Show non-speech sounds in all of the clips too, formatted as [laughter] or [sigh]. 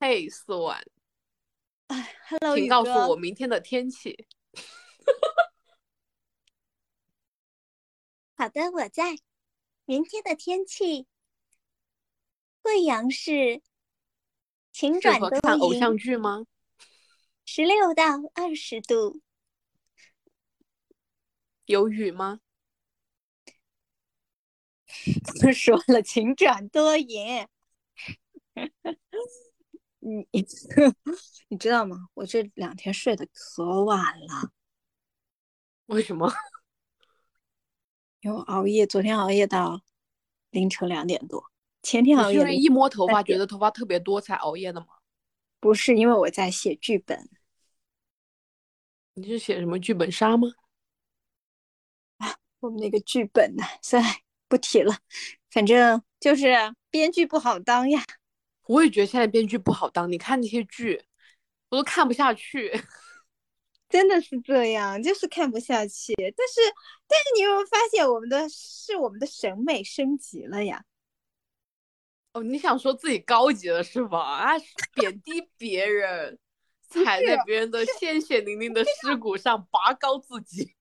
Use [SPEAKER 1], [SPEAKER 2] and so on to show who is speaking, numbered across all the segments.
[SPEAKER 1] 嘿，四万，
[SPEAKER 2] Hello，
[SPEAKER 1] 请
[SPEAKER 2] 宇
[SPEAKER 1] 告诉
[SPEAKER 2] 哥
[SPEAKER 1] 我，明天的天气。
[SPEAKER 3] 好的，我在。明天的天气，贵阳市晴
[SPEAKER 1] 适
[SPEAKER 3] 转
[SPEAKER 1] 合
[SPEAKER 3] 多
[SPEAKER 1] 看偶
[SPEAKER 3] 云，
[SPEAKER 1] 像剧吗？
[SPEAKER 3] 十六到二十度，
[SPEAKER 1] 有雨吗？
[SPEAKER 4] [laughs]
[SPEAKER 3] 说了晴转多云。
[SPEAKER 4] 你 [laughs] 你知道吗？我这两天睡得可晚了，
[SPEAKER 1] 为什么？
[SPEAKER 4] 因为我熬夜，昨天熬夜到凌晨两点多，前天
[SPEAKER 1] 你
[SPEAKER 4] 熬
[SPEAKER 1] 是
[SPEAKER 4] 夜
[SPEAKER 1] 因为
[SPEAKER 4] 凌
[SPEAKER 1] 一摸头
[SPEAKER 4] 三
[SPEAKER 1] 发觉
[SPEAKER 4] 点
[SPEAKER 1] 得头发特别多才熬夜的吗？
[SPEAKER 4] 不是因为我在写剧本，
[SPEAKER 1] 你是写什么剧本杀吗？
[SPEAKER 4] 我们那个剧本呢、算了，不提了，反正就是编剧不好当呀。
[SPEAKER 1] 我也觉得现在编剧不好当，你看那些剧，我都看不下去。
[SPEAKER 4] 真的是这样，就是看不下去。但是，但是你有没有发现，我们的是我们的审美升级了呀？
[SPEAKER 1] 哦，你想说自己高级了是吧？啊，贬低别人，踩在别人的鲜血淋淋的尸骨上，拔高自己。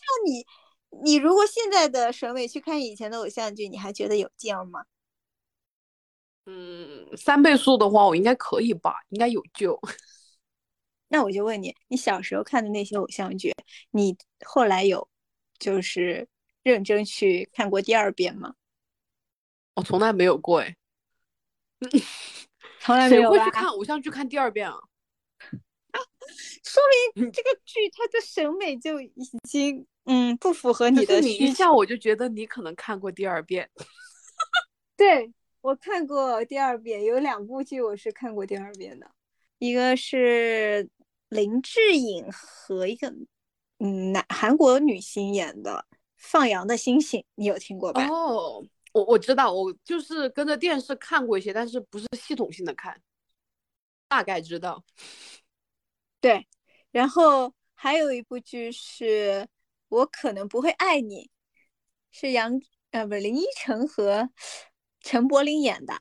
[SPEAKER 4] 那你，你如果现在的审美去看以前的偶像剧，你还觉得有劲儿吗？
[SPEAKER 1] 嗯，三倍速的话，我应该可以吧？应该有救。 [laughs]
[SPEAKER 4] 那我就问你，你小时候看的那些偶像剧，你后来有就是认真去看过第二遍吗？
[SPEAKER 1] 我从来没有过哎，
[SPEAKER 4] 从哎来没
[SPEAKER 1] 谁
[SPEAKER 4] 有
[SPEAKER 1] 会
[SPEAKER 4] 吧
[SPEAKER 1] 去？看偶像剧看第二遍啊？
[SPEAKER 4] 说明这个剧它的审美就已经嗯不符合
[SPEAKER 1] 可
[SPEAKER 4] 你
[SPEAKER 1] 是
[SPEAKER 4] 的
[SPEAKER 1] 你一
[SPEAKER 4] 需求。
[SPEAKER 1] 下我就觉得你可能看过第二遍。
[SPEAKER 4] 对，我看过第二遍，有两部剧我是看过第二遍的，一个是林志颖和一个嗯男韩国女星演的《放羊的星星》，你有听过吧？
[SPEAKER 1] 哦，我我知道，我就是跟着电视看过一些，但是不是系统性的看，大概知道。
[SPEAKER 4] 对，然后还有一部剧是《我可能不会爱你》，是杨呃不是林依晨和陈柏霖演的。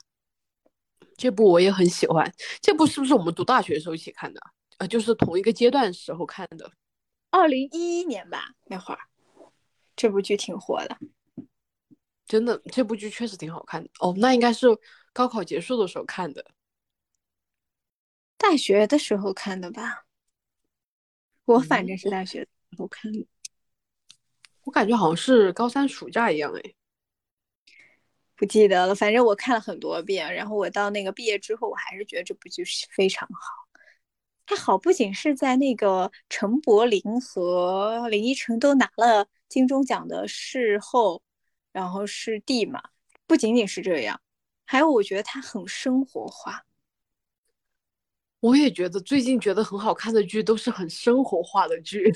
[SPEAKER 1] 这部我也很喜欢，这部是不是我们读大学时候一起看的？呃，就是同一个阶段时候看的。
[SPEAKER 4] 二零一一年吧，那会儿这部剧挺火的。
[SPEAKER 1] 真的，这部剧确实挺好看的。哦，那应该是高考结束的时候看的。
[SPEAKER 4] 大学的时候看的吧，我反正是大学的时候看的，
[SPEAKER 1] 我感觉好像是高三暑假一样哎。
[SPEAKER 4] 不记得了。反正我看了很多遍，然后我到那个毕业之后，我还是觉得这部剧是非常好。它好不仅是在那个陈柏霖和林依晨都拿了金钟奖的视后，然后视帝嘛，不仅仅是这样，还有我觉得它很生活化。
[SPEAKER 1] 我也觉得最近觉得很好看的剧都是很生活化的剧。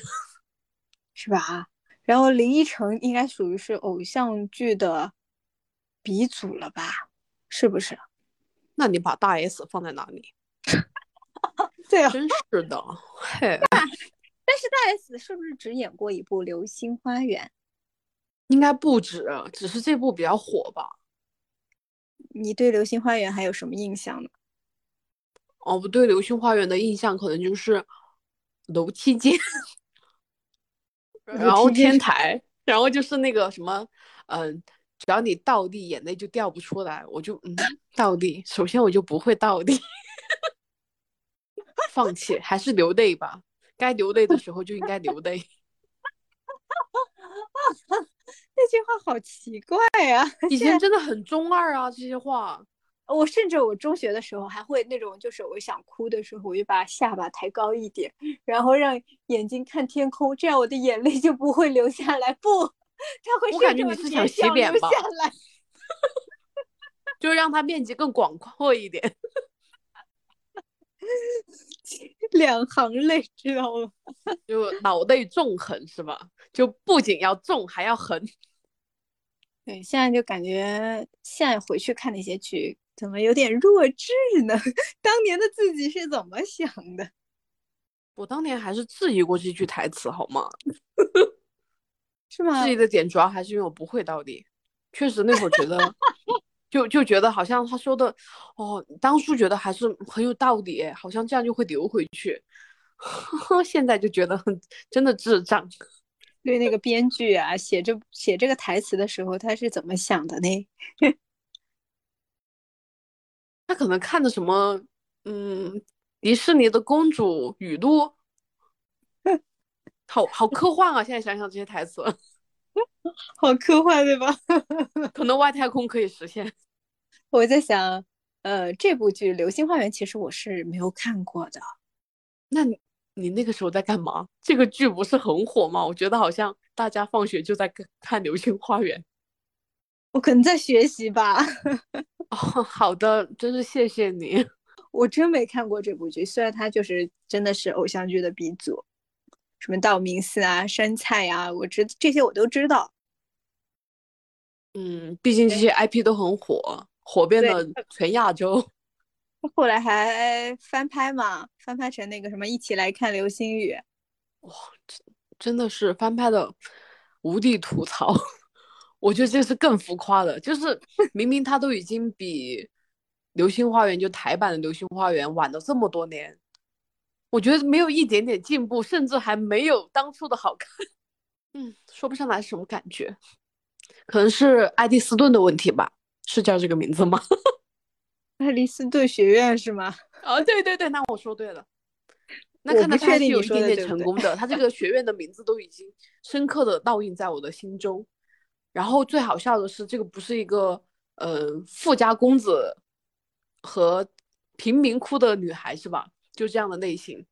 [SPEAKER 4] 是吧？然后林依晨应该属于是偶像剧的鼻祖了吧？是不是？
[SPEAKER 1] 那你把大 S 放在哪 [laughs] 里？
[SPEAKER 4] 对啊，
[SPEAKER 1] 真是的，嘿，
[SPEAKER 4] 但是大 S 是不是只演过一部《流星花园
[SPEAKER 1] 应该不止，只是这部比较火吧。》？
[SPEAKER 4] 你对《流星花园》还有什么印象呢？
[SPEAKER 1] 哦，我对《流星花园》的印象可能就是楼梯
[SPEAKER 4] [laughs]
[SPEAKER 1] 间，然后
[SPEAKER 4] 楼梯间
[SPEAKER 1] 天
[SPEAKER 4] 是
[SPEAKER 1] 台，然后就是那个什么，嗯，只要你倒立，眼泪就掉不出来。我就嗯，倒立，首先我就不会倒立，放弃，还是流泪吧。该流泪的时候就应该流泪。
[SPEAKER 4] [laughs] 那句话好奇怪啊呀、
[SPEAKER 1] 以前真的很中二啊，这些话。
[SPEAKER 4] 哦我甚至我中学的时候还会那种，就是我想哭的时候，我就把下巴抬高一点，然后让眼睛看天空，这样我的眼泪就不会流下来。不，他会
[SPEAKER 1] 我
[SPEAKER 4] 顺
[SPEAKER 1] 感觉
[SPEAKER 4] 着
[SPEAKER 1] 你是想洗
[SPEAKER 4] 笑
[SPEAKER 1] 脸
[SPEAKER 4] 流
[SPEAKER 1] 吧
[SPEAKER 4] 下来。
[SPEAKER 1] 就让它面积更广阔一点。
[SPEAKER 4] 两行泪，知道吗？
[SPEAKER 1] 就脑内纵横是吧？就不仅要纵，还要横。
[SPEAKER 4] 对，现在就感觉现在回去看那些剧，怎么有点弱智呢？ [laughs] 当年的自己是怎么想的？
[SPEAKER 1] 我当年还是质疑过这句台词，好吗？
[SPEAKER 4] 是吗
[SPEAKER 1] 质？疑的点主要还是因为我不会到底。确实那会儿觉得，就就觉得好像他说的，哦，当初觉得还是很有道理，好像这样就会流回去。 [laughs] 现在就觉得很真的智障。
[SPEAKER 4] 对那个编剧啊，写这写这个台词的时候，他是怎么想的呢？
[SPEAKER 1] 他可能看的什么，嗯，迪士尼的公主语录，好好科幻啊！现在想想这些台词，
[SPEAKER 4] 好科幻，对吧？ [laughs]
[SPEAKER 1] 可能外太空可以实现。 [laughs]
[SPEAKER 4] 我在想，呃，这部剧《流星花园》其实我是没有看过的。
[SPEAKER 1] 那你你那个时候在干嘛？这个剧不是很火吗？我觉得好像大家放学就在看看《流星花园
[SPEAKER 4] 我可能在学习吧，》 [laughs]
[SPEAKER 1] 哦。好的，真是谢谢你。
[SPEAKER 4] 我真没看过这部剧。虽然它就是真的是偶像剧的鼻祖，什么道明寺啊、杉菜啊，我知这些我都知道。
[SPEAKER 1] 嗯，毕竟这些 IP 都很火，火遍
[SPEAKER 4] 对
[SPEAKER 1] 了全亚洲。
[SPEAKER 4] 后来还翻拍嘛，翻拍成那个什么《一起来看流星雨》。
[SPEAKER 1] 真的是翻拍的无地吐槽。 [laughs] 我觉得这是更浮夸的，就是明明它都已经比《流星花园》就台版的《流星花园》晚了这么多年，我觉得没有一点点进步，甚至还没有当初的好看。嗯， [laughs] 说不上来什么感觉，可能是爱迪斯顿的问题吧，是叫这个名字吗？
[SPEAKER 4] 爱丽斯顿学院是吗？ [laughs]
[SPEAKER 1] 啊，对对对，那我说对了。那
[SPEAKER 4] 我
[SPEAKER 1] 看
[SPEAKER 4] 不
[SPEAKER 1] 来他
[SPEAKER 4] 确
[SPEAKER 1] 还是
[SPEAKER 4] 定
[SPEAKER 1] 有
[SPEAKER 4] 你
[SPEAKER 1] 一
[SPEAKER 4] 说
[SPEAKER 1] 点
[SPEAKER 4] 的
[SPEAKER 1] 点
[SPEAKER 4] 对不
[SPEAKER 1] 成
[SPEAKER 4] 对
[SPEAKER 1] 功的，他这个学院的名字都已经深刻的烙印在我的心中。然后最好笑的是，这个不是一个呃富家公子和贫民窟的女孩是吧？就这样的类型，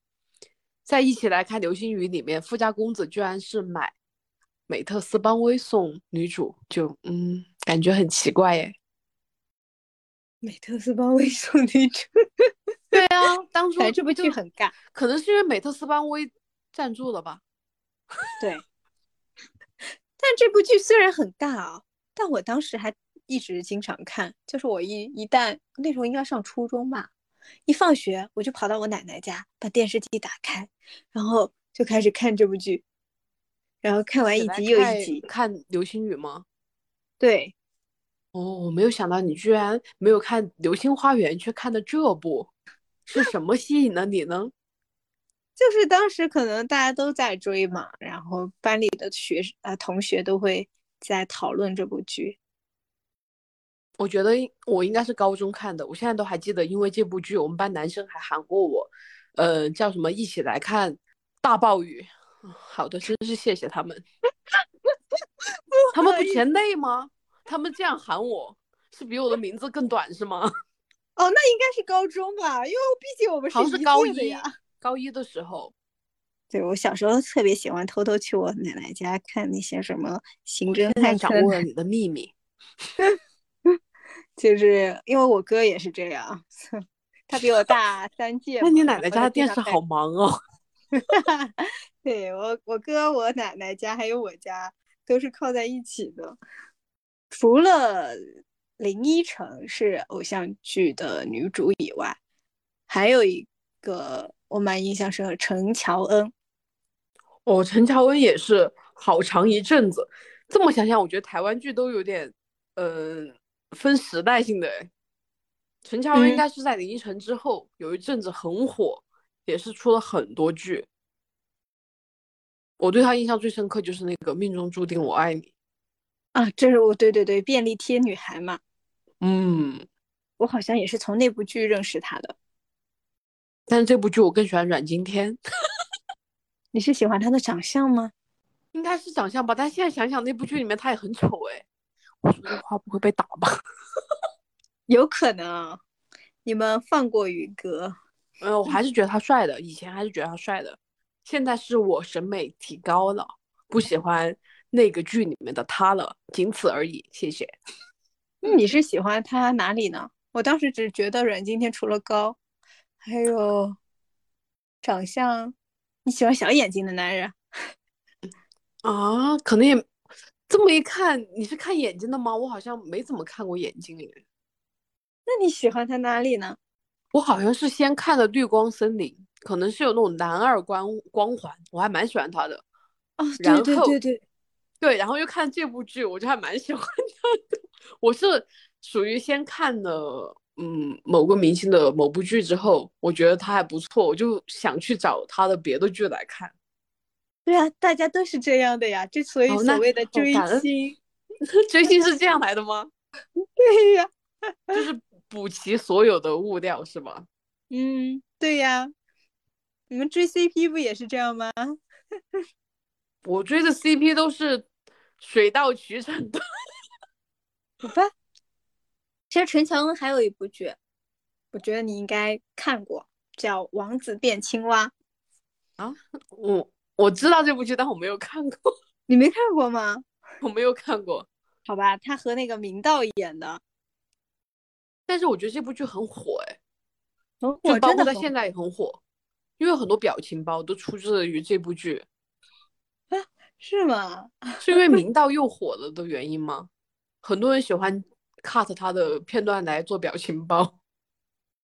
[SPEAKER 1] 在一起来看《流星雨》里面，富家公子居然是买美特斯邦威送女主，就嗯，感觉很奇怪耶。
[SPEAKER 4] 美特斯邦威送女主，
[SPEAKER 1] 对啊，当初
[SPEAKER 4] 反正 [laughs] 这部剧
[SPEAKER 1] 就
[SPEAKER 4] 很尬。
[SPEAKER 1] 可能是因为美特斯邦威赞助了吧？
[SPEAKER 4] 对，但这部剧虽然很尬啊，但我当时还一直经常看。就是我一一旦那时候应该上初中吧，一放学我就跑到我奶奶家，把电视机打开，然后就开始看这部剧，然后看完一集又一集。
[SPEAKER 1] 看《流星雨》吗？
[SPEAKER 4] 对，
[SPEAKER 1] 哦，我没有想到你居然没有看《流星花园》，却看的这部，是什么吸引了你呢？
[SPEAKER 4] 就是当时可能大家都在追嘛，然后班里的学啊同学都会在讨论这部剧。
[SPEAKER 1] 我觉得应我应该是高中看的，我现在都还记得，因为这部剧，我们班男生还喊过我，呃，叫什么一起来看大暴雨。嗯好的，真是谢谢他 [laughs] 们。他们不嫌累吗？他们这样喊我是比我的名字更短是吗？
[SPEAKER 4] 哦，那应该是高中吧，因为毕竟我们
[SPEAKER 1] 好像
[SPEAKER 4] 一
[SPEAKER 1] 是高
[SPEAKER 4] 届的
[SPEAKER 1] 一
[SPEAKER 4] 呀。，
[SPEAKER 1] 高一的时候，
[SPEAKER 4] 对，我小时候特别喜欢偷偷去我奶奶家看那些什么《刑侦
[SPEAKER 1] 现在
[SPEAKER 4] 骇
[SPEAKER 1] 掌
[SPEAKER 4] 客》，
[SPEAKER 1] 握了你的秘密。
[SPEAKER 4] 就是因为我哥也是这样， [laughs] 他比我
[SPEAKER 1] [laughs]
[SPEAKER 4] 大三届嘛。
[SPEAKER 1] 那你奶
[SPEAKER 4] 然
[SPEAKER 1] 奶
[SPEAKER 4] 后
[SPEAKER 1] 家的
[SPEAKER 4] 就经
[SPEAKER 1] 电
[SPEAKER 4] 常
[SPEAKER 1] 视
[SPEAKER 4] 带
[SPEAKER 1] 好忙哦。 [laughs]
[SPEAKER 4] 对我，我哥、我奶奶家还有我家都是靠在一起的。除了林依晨是偶像剧的女主以外，还有一个我蛮印象深刻，陈乔恩。
[SPEAKER 1] 哦，陈乔恩也是好长一阵子。这么想想，我觉得台湾剧都有点，嗯、分时代性的诶。陈乔恩应
[SPEAKER 4] 嗯
[SPEAKER 1] 该是在林依晨之后有一阵子很火，也是出了很多剧。我对她印象最深刻就是那个《命中注定我爱你》。
[SPEAKER 4] 啊，这是我对对对，便利贴女孩嘛，
[SPEAKER 1] 嗯，
[SPEAKER 4] 我好像也是从那部剧认识她的。
[SPEAKER 1] 但是这部剧我更喜欢阮经天，
[SPEAKER 4] 你是喜欢她的长相吗？
[SPEAKER 1] 应该是长相吧。但现在想想，那部剧里面她也很丑哎。我说这话不会被打吧？
[SPEAKER 4] 有可能，你们放过宇哥。
[SPEAKER 1] 嗯，我还是觉得他帅的，以前还是觉得他帅的，现在是我审美提高了，不喜欢那个剧里面的他了，仅此而已，谢谢。
[SPEAKER 4] 那你是喜欢他哪里呢？我当时只觉得阮经天除了高，还有长相，你喜欢小眼睛的男人？
[SPEAKER 1] 啊，可能也这么一看，你是看眼睛的吗？我好像没怎么看过眼睛耶，
[SPEAKER 4] 那你喜欢他哪里呢？
[SPEAKER 1] 我好像是先看的《绿光森林》，可能是有那种男二光光环，我还蛮喜欢他的。
[SPEAKER 4] 哦，
[SPEAKER 1] 然
[SPEAKER 4] 对对
[SPEAKER 1] 后
[SPEAKER 4] 对对，
[SPEAKER 1] 对，然后又看这部剧，我就还蛮喜欢他的。我是属于先看的，嗯，某个明星的某部剧之后，我觉得他还不错，我就想去找他的别的剧来看。
[SPEAKER 4] 对啊，大家都是这样的呀，之所以
[SPEAKER 1] 哦那
[SPEAKER 4] 所谓的追
[SPEAKER 1] 感恩
[SPEAKER 4] 星， [laughs]
[SPEAKER 1] [laughs] 追星是这样来的吗？
[SPEAKER 4] 对呀，
[SPEAKER 1] 就是补齐所有的物料是吧？
[SPEAKER 4] 嗯，对呀，你们追 CP 不也是这样吗？
[SPEAKER 1] 我追的 CP 都是水到渠成的。
[SPEAKER 4] 好吧，其实陈乔恩还有一部剧，我觉得你应该看过，叫《王子变青蛙》，
[SPEAKER 1] 我我知道这部剧，但我没有看过， [laughs]
[SPEAKER 4] 你没看过吗？
[SPEAKER 1] 我没有看过。
[SPEAKER 4] 好吧，他和那个明道演的，
[SPEAKER 1] 但是我觉得这部剧很火哎，
[SPEAKER 4] 我
[SPEAKER 1] 就包
[SPEAKER 4] 真
[SPEAKER 1] 括
[SPEAKER 4] 的
[SPEAKER 1] 在
[SPEAKER 4] 很
[SPEAKER 1] 现在也很火，因为很多表情包都出自于这部剧， [laughs]
[SPEAKER 4] 是吗？
[SPEAKER 1] 是因为明道又火了的原因吗？很多人喜欢 cut 他的片段来做表情包。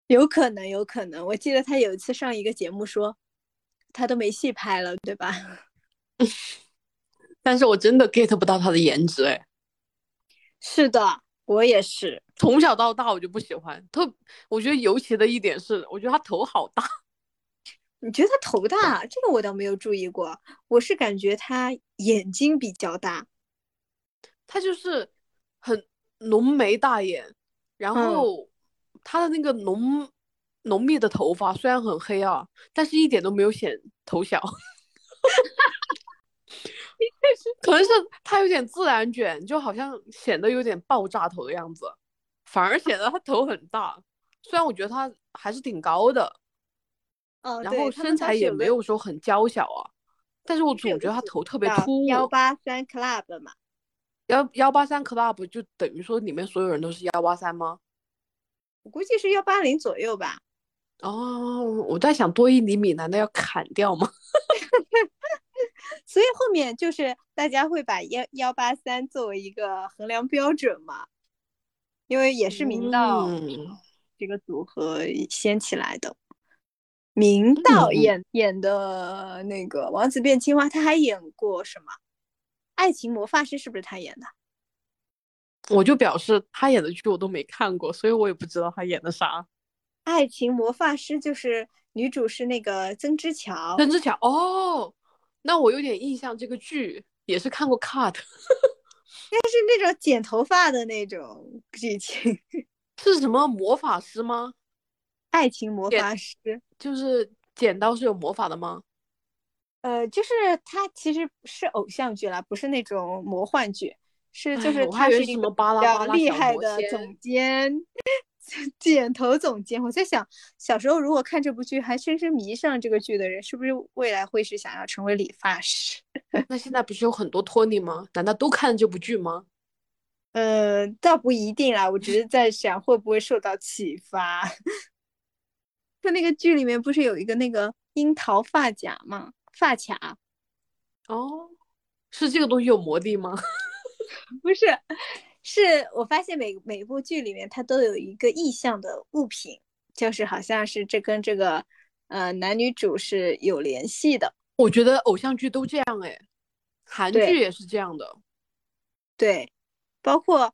[SPEAKER 4] 有可能，有可能。我记得他有一次上一个节目说，他都没戏拍了，对吧？ [laughs]
[SPEAKER 1] 但是我真的 get 不到他的颜值哎，
[SPEAKER 4] 是的，我也是。
[SPEAKER 1] 从小到大我就不喜欢。特我觉得尤其的一点是，我觉得他头好大。
[SPEAKER 4] 你觉得他头大？啊这个我倒没有注意过，我是感觉他眼睛比较大。
[SPEAKER 1] 他就是很浓眉大眼，然
[SPEAKER 4] 嗯
[SPEAKER 1] 后他的那个浓浓密的头发虽然很黑啊，但是一点都没有显头
[SPEAKER 4] [laughs]
[SPEAKER 1] 小。可能是他有点自然卷，就好像显得有点爆炸头的样子，反而显得他头很大。虽然我觉得他还是挺高的，
[SPEAKER 4] 哦，
[SPEAKER 1] 然
[SPEAKER 4] 对
[SPEAKER 1] 后
[SPEAKER 4] 他们
[SPEAKER 1] 身
[SPEAKER 4] 当
[SPEAKER 1] 材
[SPEAKER 4] 时
[SPEAKER 1] 也
[SPEAKER 4] 个
[SPEAKER 1] 没有说很娇小啊，但是我
[SPEAKER 4] 是有
[SPEAKER 1] 总觉得
[SPEAKER 4] 个
[SPEAKER 1] 他
[SPEAKER 4] 组
[SPEAKER 1] 头特别
[SPEAKER 4] 叫
[SPEAKER 1] 突兀。
[SPEAKER 4] 幺八三 club 嘛。
[SPEAKER 1] 幺幺八三 club 就等于说里面所有人都是幺八三吗？
[SPEAKER 4] 我估计是幺八零左右吧。
[SPEAKER 1] 哦，我在想多一厘米难道要砍掉吗？ [laughs]
[SPEAKER 4] 所以后面就是大家会把幺幺八三作为一个衡量标准嘛，因为也是明道
[SPEAKER 1] 嗯
[SPEAKER 4] 这个组合掀起来的。明道
[SPEAKER 1] 嗯
[SPEAKER 4] 演、演的那个《王子变青蛙》，他还演过什么？《爱情魔法师》是不是他演的？
[SPEAKER 1] 我就表示他演的剧我都没看过，所以我也不知道他演的啥。
[SPEAKER 4] 《爱情魔法师》就是女主是那个曾
[SPEAKER 1] [laughs]
[SPEAKER 4] 之乔，
[SPEAKER 1] 曾之乔哦，那我有点印象，这个剧也是看过 cut，
[SPEAKER 4] 是那种剪头发的那种剧情，《
[SPEAKER 1] 是什么魔法师吗？
[SPEAKER 4] 爱情魔
[SPEAKER 1] 剪
[SPEAKER 4] 法师》。
[SPEAKER 1] 就是剪刀是有魔法的吗？
[SPEAKER 4] 呃，就是它其实是偶像剧啦，不是那种魔幻剧，是就
[SPEAKER 1] 哎
[SPEAKER 4] 是
[SPEAKER 1] 我
[SPEAKER 4] 他
[SPEAKER 1] 还以为
[SPEAKER 4] 是
[SPEAKER 1] 是
[SPEAKER 4] 一
[SPEAKER 1] 什
[SPEAKER 4] 个
[SPEAKER 1] 么巴拉
[SPEAKER 4] 比较
[SPEAKER 1] 巴拉
[SPEAKER 4] 厉
[SPEAKER 1] 小
[SPEAKER 4] 害
[SPEAKER 1] 魔
[SPEAKER 4] 的
[SPEAKER 1] 仙
[SPEAKER 4] 总监， [laughs] 剪头总监。我在想，小时候如果看这部剧还深深迷上这个剧的人，是不是未来会是想要成为理发师？
[SPEAKER 1] 那现在不是有很多托尼吗？难道都看这部剧吗？
[SPEAKER 4] 呃，倒不一定啦，我只是在想会不会受到启发。 [laughs] 他那个剧里面不是有一个那个樱桃发夹吗？发卡。
[SPEAKER 1] 哦，是这个东西有魔力吗？
[SPEAKER 4] 不是，是我发现每每部剧里面它都有一个意象的物品，就是好像是这跟这个呃男女主是有联系的。
[SPEAKER 1] 我觉得偶像剧都这样哎，韩剧
[SPEAKER 4] 对
[SPEAKER 1] 也是这样的。
[SPEAKER 4] 对，包括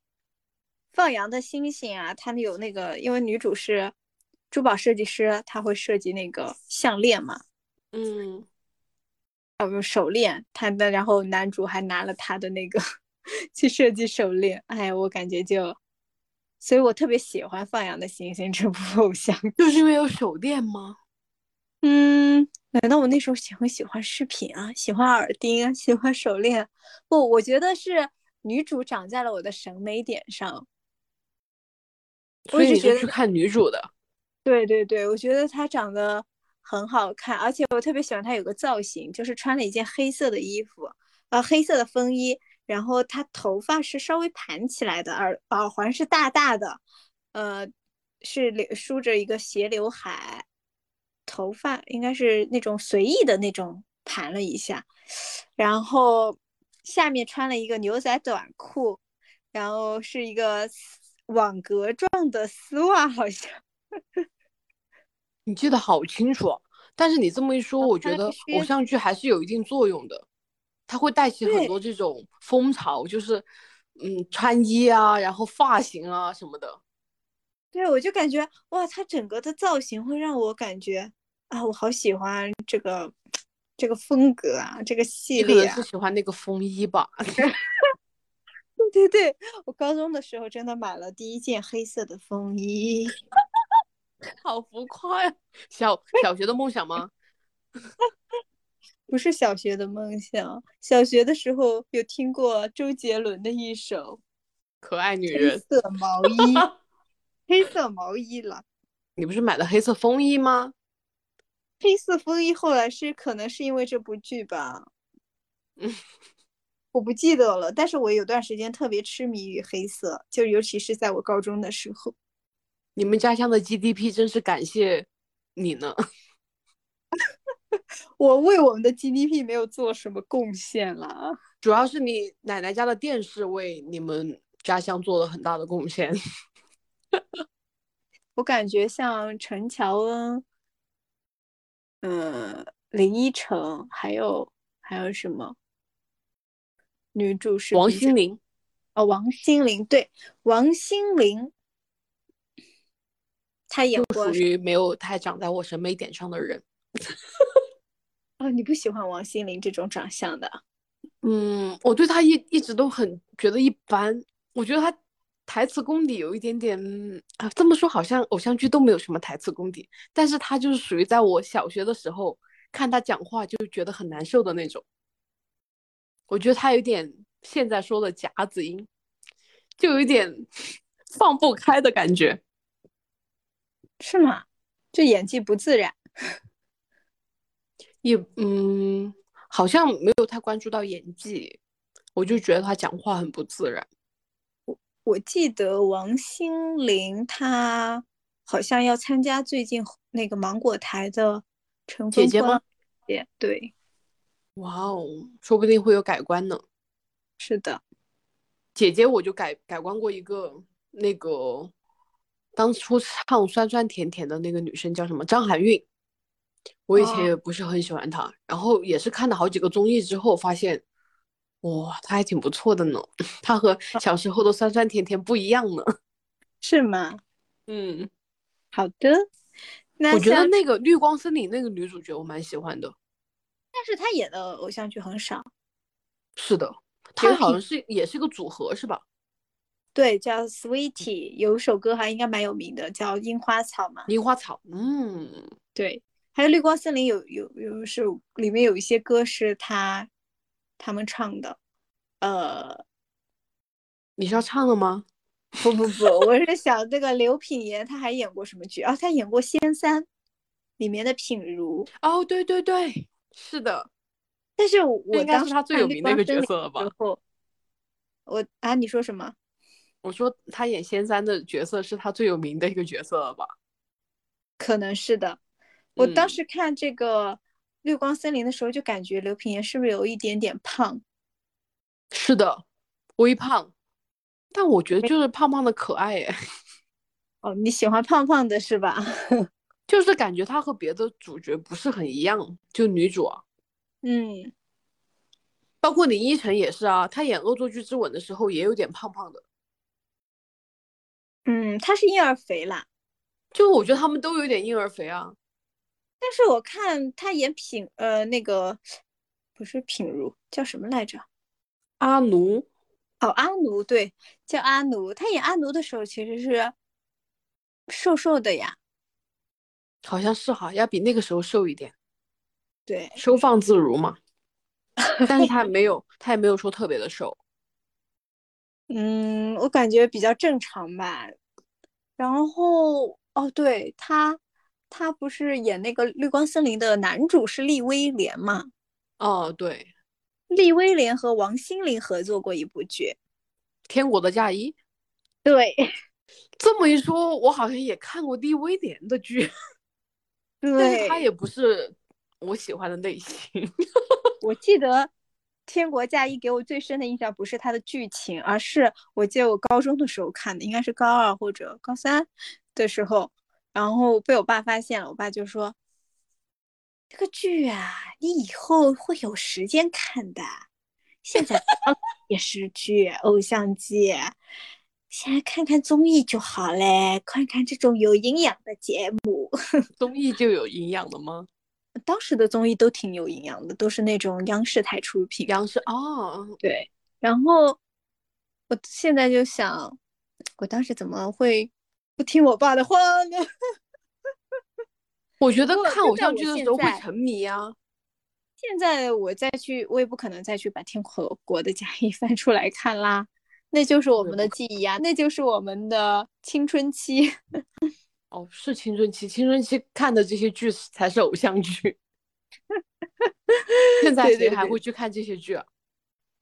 [SPEAKER 4] 放羊的星星啊，它有那个，因为女主是珠宝设计师，她会设计那个项链嘛，
[SPEAKER 1] 嗯，
[SPEAKER 4] 还有手链，她的然后男主还拿了她的那个 [laughs] 去设计手链，哎，我感觉就，所以我特别喜欢放羊的星星这部偶像剧
[SPEAKER 1] 就是因为有手链吗？
[SPEAKER 4] 嗯，难道我那时候喜欢喜欢饰品啊，喜欢耳钉啊，喜欢手链啊？不，我觉得是女主长在了我的审美点上。我
[SPEAKER 1] 所以
[SPEAKER 4] 一直
[SPEAKER 1] 你
[SPEAKER 4] 觉
[SPEAKER 1] 是
[SPEAKER 4] 得
[SPEAKER 1] 去看女主的。
[SPEAKER 4] 对对对，我觉得她长得很好看，而且我特别喜欢她有个造型，就是穿了一件黑色的衣服，呃，黑色的风衣，然后她头发是稍微盘起来的，耳耳环是大大的，呃，是留梳着一个斜刘海，头发应该是那种随意的那种盘了一下，然后下面穿了一个牛仔短裤，然后是一个丝网格状的丝袜，好像。
[SPEAKER 1] 你记得好清楚啊，但是你这么一说，
[SPEAKER 4] 嗯
[SPEAKER 1] 我
[SPEAKER 4] 它
[SPEAKER 1] 觉得
[SPEAKER 4] 是
[SPEAKER 1] 偶像剧还是有一定作用的，它会带起很
[SPEAKER 4] 对
[SPEAKER 1] 多这种风潮，就是嗯穿衣啊，然后发型啊什么的。
[SPEAKER 4] 对，我就感觉哇，它整个的造型会让我感觉啊，我好喜欢这个这个风格啊，这个系
[SPEAKER 1] 你可能
[SPEAKER 4] 列啊
[SPEAKER 1] 是。喜欢那个风衣吧？
[SPEAKER 4] [laughs] 对对对，我高中的时候真的买了第一件黑色的风衣，
[SPEAKER 1] [laughs] 好浮夸呀！ [laughs] 小小学的梦想吗？
[SPEAKER 4] 不是小学的梦想。小学的时候有听过周杰伦的一首
[SPEAKER 1] 可爱女
[SPEAKER 4] 《黑
[SPEAKER 1] 人，
[SPEAKER 4] 色毛衣》，
[SPEAKER 1] [laughs]
[SPEAKER 4] 黑色毛衣了。
[SPEAKER 1] 你不是买了黑色风衣吗？
[SPEAKER 4] 黑色风衣后来是可能是因为这部剧吧，
[SPEAKER 1] 嗯，
[SPEAKER 4] 我不记得了。但是我有段时间特别痴迷于黑色，就尤其是在我高中的时候。
[SPEAKER 1] 你们家乡的 GDP 真是感谢你呢。 [laughs]
[SPEAKER 4] 我为我们的 GDP 没有做什么贡献啦。
[SPEAKER 1] 主要是你奶奶家的电视为你们家乡做了很大的贡献。
[SPEAKER 4] 我感觉像陈乔恩，嗯、林依晨，还有还有什么女主是
[SPEAKER 1] 王
[SPEAKER 4] 比较
[SPEAKER 1] 心凌，
[SPEAKER 4] 哦，王心凌，对，王心凌，她演过
[SPEAKER 1] 属于没有太长在我审美点上的人。
[SPEAKER 4] 哦，你不喜欢王心凌这种长相的？
[SPEAKER 1] 嗯，我对她一一直都很觉得一般，我觉得她台词功底有一点点嗯啊，这么说好像偶像剧都没有什么台词功底，但是她就是属于在我小学的时候看她讲话就觉得很难受的那种。我觉得她有点现在说的夹子音，就有一点 [laughs] 放不开的感觉。
[SPEAKER 4] 是吗？就演技不自然。
[SPEAKER 1] 也嗯，好像没有太关注到演技，我就觉得他讲话很不自然。
[SPEAKER 4] 我记得王心凌她好像要参加最近火那个芒果台的《乘
[SPEAKER 1] 姐
[SPEAKER 4] 风
[SPEAKER 1] 姐
[SPEAKER 4] 破
[SPEAKER 1] 吗
[SPEAKER 4] 浪的姐姐》，对，
[SPEAKER 1] 哇哦，说不定会有改观呢。
[SPEAKER 4] 是的，
[SPEAKER 1] 姐姐，我就改改观过一个那个，当初唱《酸酸甜甜》的那个女生叫什么？张含韵。我以前
[SPEAKER 4] 哦
[SPEAKER 1] 也不是很喜欢她，然后也是看了好几个综艺之后发现，哇，她还挺不错的呢。 [laughs] 她和小时候的酸酸甜甜不一样呢。
[SPEAKER 4] 是吗？
[SPEAKER 1] 嗯。
[SPEAKER 4] 好的，那
[SPEAKER 1] 我觉得
[SPEAKER 4] 像
[SPEAKER 1] 那个《绿光森林》那个女主角我蛮喜欢的。
[SPEAKER 4] 但是她演的偶像剧很少，
[SPEAKER 1] 是的，她
[SPEAKER 4] 有
[SPEAKER 1] 好
[SPEAKER 4] 品
[SPEAKER 1] 像是也是个组合是吧？
[SPEAKER 4] 对，叫 Sweetie，有首歌还应该蛮有名的，叫《樱花草》嘛。
[SPEAKER 1] 樱花草，嗯，
[SPEAKER 4] 对，还有《绿光森林有》有有是里面有一些歌是他他们唱的，呃，
[SPEAKER 1] 你是要唱了吗？
[SPEAKER 4] 不不不，我是想那个刘品言他还演过什么剧啊？他演过《仙三》里面的品如，
[SPEAKER 1] 哦，对对对，是的，
[SPEAKER 4] 但是我
[SPEAKER 1] 这
[SPEAKER 4] 我
[SPEAKER 1] 应该
[SPEAKER 4] 当
[SPEAKER 1] 是
[SPEAKER 4] 时
[SPEAKER 1] 她最
[SPEAKER 4] 看
[SPEAKER 1] 有
[SPEAKER 4] 绿
[SPEAKER 1] 名的一
[SPEAKER 4] 光
[SPEAKER 1] 个
[SPEAKER 4] 森
[SPEAKER 1] 角
[SPEAKER 4] 林
[SPEAKER 1] 色了吧
[SPEAKER 4] 时？候，我啊，你说什么？
[SPEAKER 1] 我说她演仙三的角色是她最有名的一个角色了吧？
[SPEAKER 4] 可能是的。我当
[SPEAKER 1] 嗯
[SPEAKER 4] 时看这个《绿光森林》的时候，就感觉刘品言是不是有一点点胖？
[SPEAKER 1] 是的，微胖，但我觉得就是胖胖的可爱耶， [laughs]
[SPEAKER 4] 哦，你喜欢胖胖的是吧？ [laughs]
[SPEAKER 1] 就是感觉她和别的主角不是很一样，就女主啊，
[SPEAKER 4] 嗯，
[SPEAKER 1] 包括林依晨也是啊，她演《恶作剧之吻》的时候也有点胖胖的。
[SPEAKER 4] 嗯，他是婴儿肥啦。
[SPEAKER 1] 就我觉得他们都有点婴儿肥啊，
[SPEAKER 4] 但是我看他演品呃那个不是品如叫什么来着？
[SPEAKER 1] 阿奴
[SPEAKER 4] 哦，阿奴对，叫阿奴。他演阿奴的时候其实是瘦瘦的呀，
[SPEAKER 1] 好像是哈，要比那个时候瘦一点，
[SPEAKER 4] 对，
[SPEAKER 1] 收放自如
[SPEAKER 4] [laughs]
[SPEAKER 1] 嘛。但是他没有，他也没有说特别的瘦。
[SPEAKER 4] 嗯，我感觉比较正常吧。然后哦，对他，他不是演那个《绿光森林》的男主是利威廉嘛？
[SPEAKER 1] 哦，对，
[SPEAKER 4] 利威廉和王心凌合作过一部剧。
[SPEAKER 1] 天国的嫁衣》。
[SPEAKER 4] 对，
[SPEAKER 1] 这么一说，我好像也看过利威廉的剧， [laughs] 但是
[SPEAKER 4] 对，
[SPEAKER 1] 他也不是我喜欢的类型。 [laughs]
[SPEAKER 4] 我记得《天国嫁衣》给我最深的印象不是它的剧情，而是我记得我高中的时候看的，应该是高二或者高三的时候，然后被我爸发现了，我爸就说：“这个剧啊，你以后会有时间看的，现在不要电视剧、偶像剧。”现在看看综艺就好嘞，看看这种有营养的节目。
[SPEAKER 1] 综艺就有营养的吗？
[SPEAKER 4] 当时的综艺都挺有营养的，都是那种央视台出品。
[SPEAKER 1] 央视哦，
[SPEAKER 4] 对，然后我现在就想，我当时怎么会不听我爸的话呢？ [laughs]
[SPEAKER 1] 我觉得
[SPEAKER 4] 不过
[SPEAKER 1] 看
[SPEAKER 4] 就
[SPEAKER 1] 偶
[SPEAKER 4] 像
[SPEAKER 1] 像
[SPEAKER 4] 我
[SPEAKER 1] 剧的
[SPEAKER 4] 现
[SPEAKER 1] 时候会
[SPEAKER 4] 在
[SPEAKER 1] 沉迷啊。
[SPEAKER 4] 现在我再去，我也不可能再去把《天国国的嫁 [laughs] 衣》翻出来看啦，那就是我
[SPEAKER 1] 对
[SPEAKER 4] 们
[SPEAKER 1] 不
[SPEAKER 4] 的
[SPEAKER 1] 可
[SPEAKER 4] 记忆啊，那就是我们的青春期。 [laughs]
[SPEAKER 1] 哦，是青春期，青春期看的这些剧是才是偶像剧。 [laughs] 现在
[SPEAKER 4] 对
[SPEAKER 1] 谁
[SPEAKER 4] 对
[SPEAKER 1] 还
[SPEAKER 4] 对
[SPEAKER 1] 会去看这些剧啊？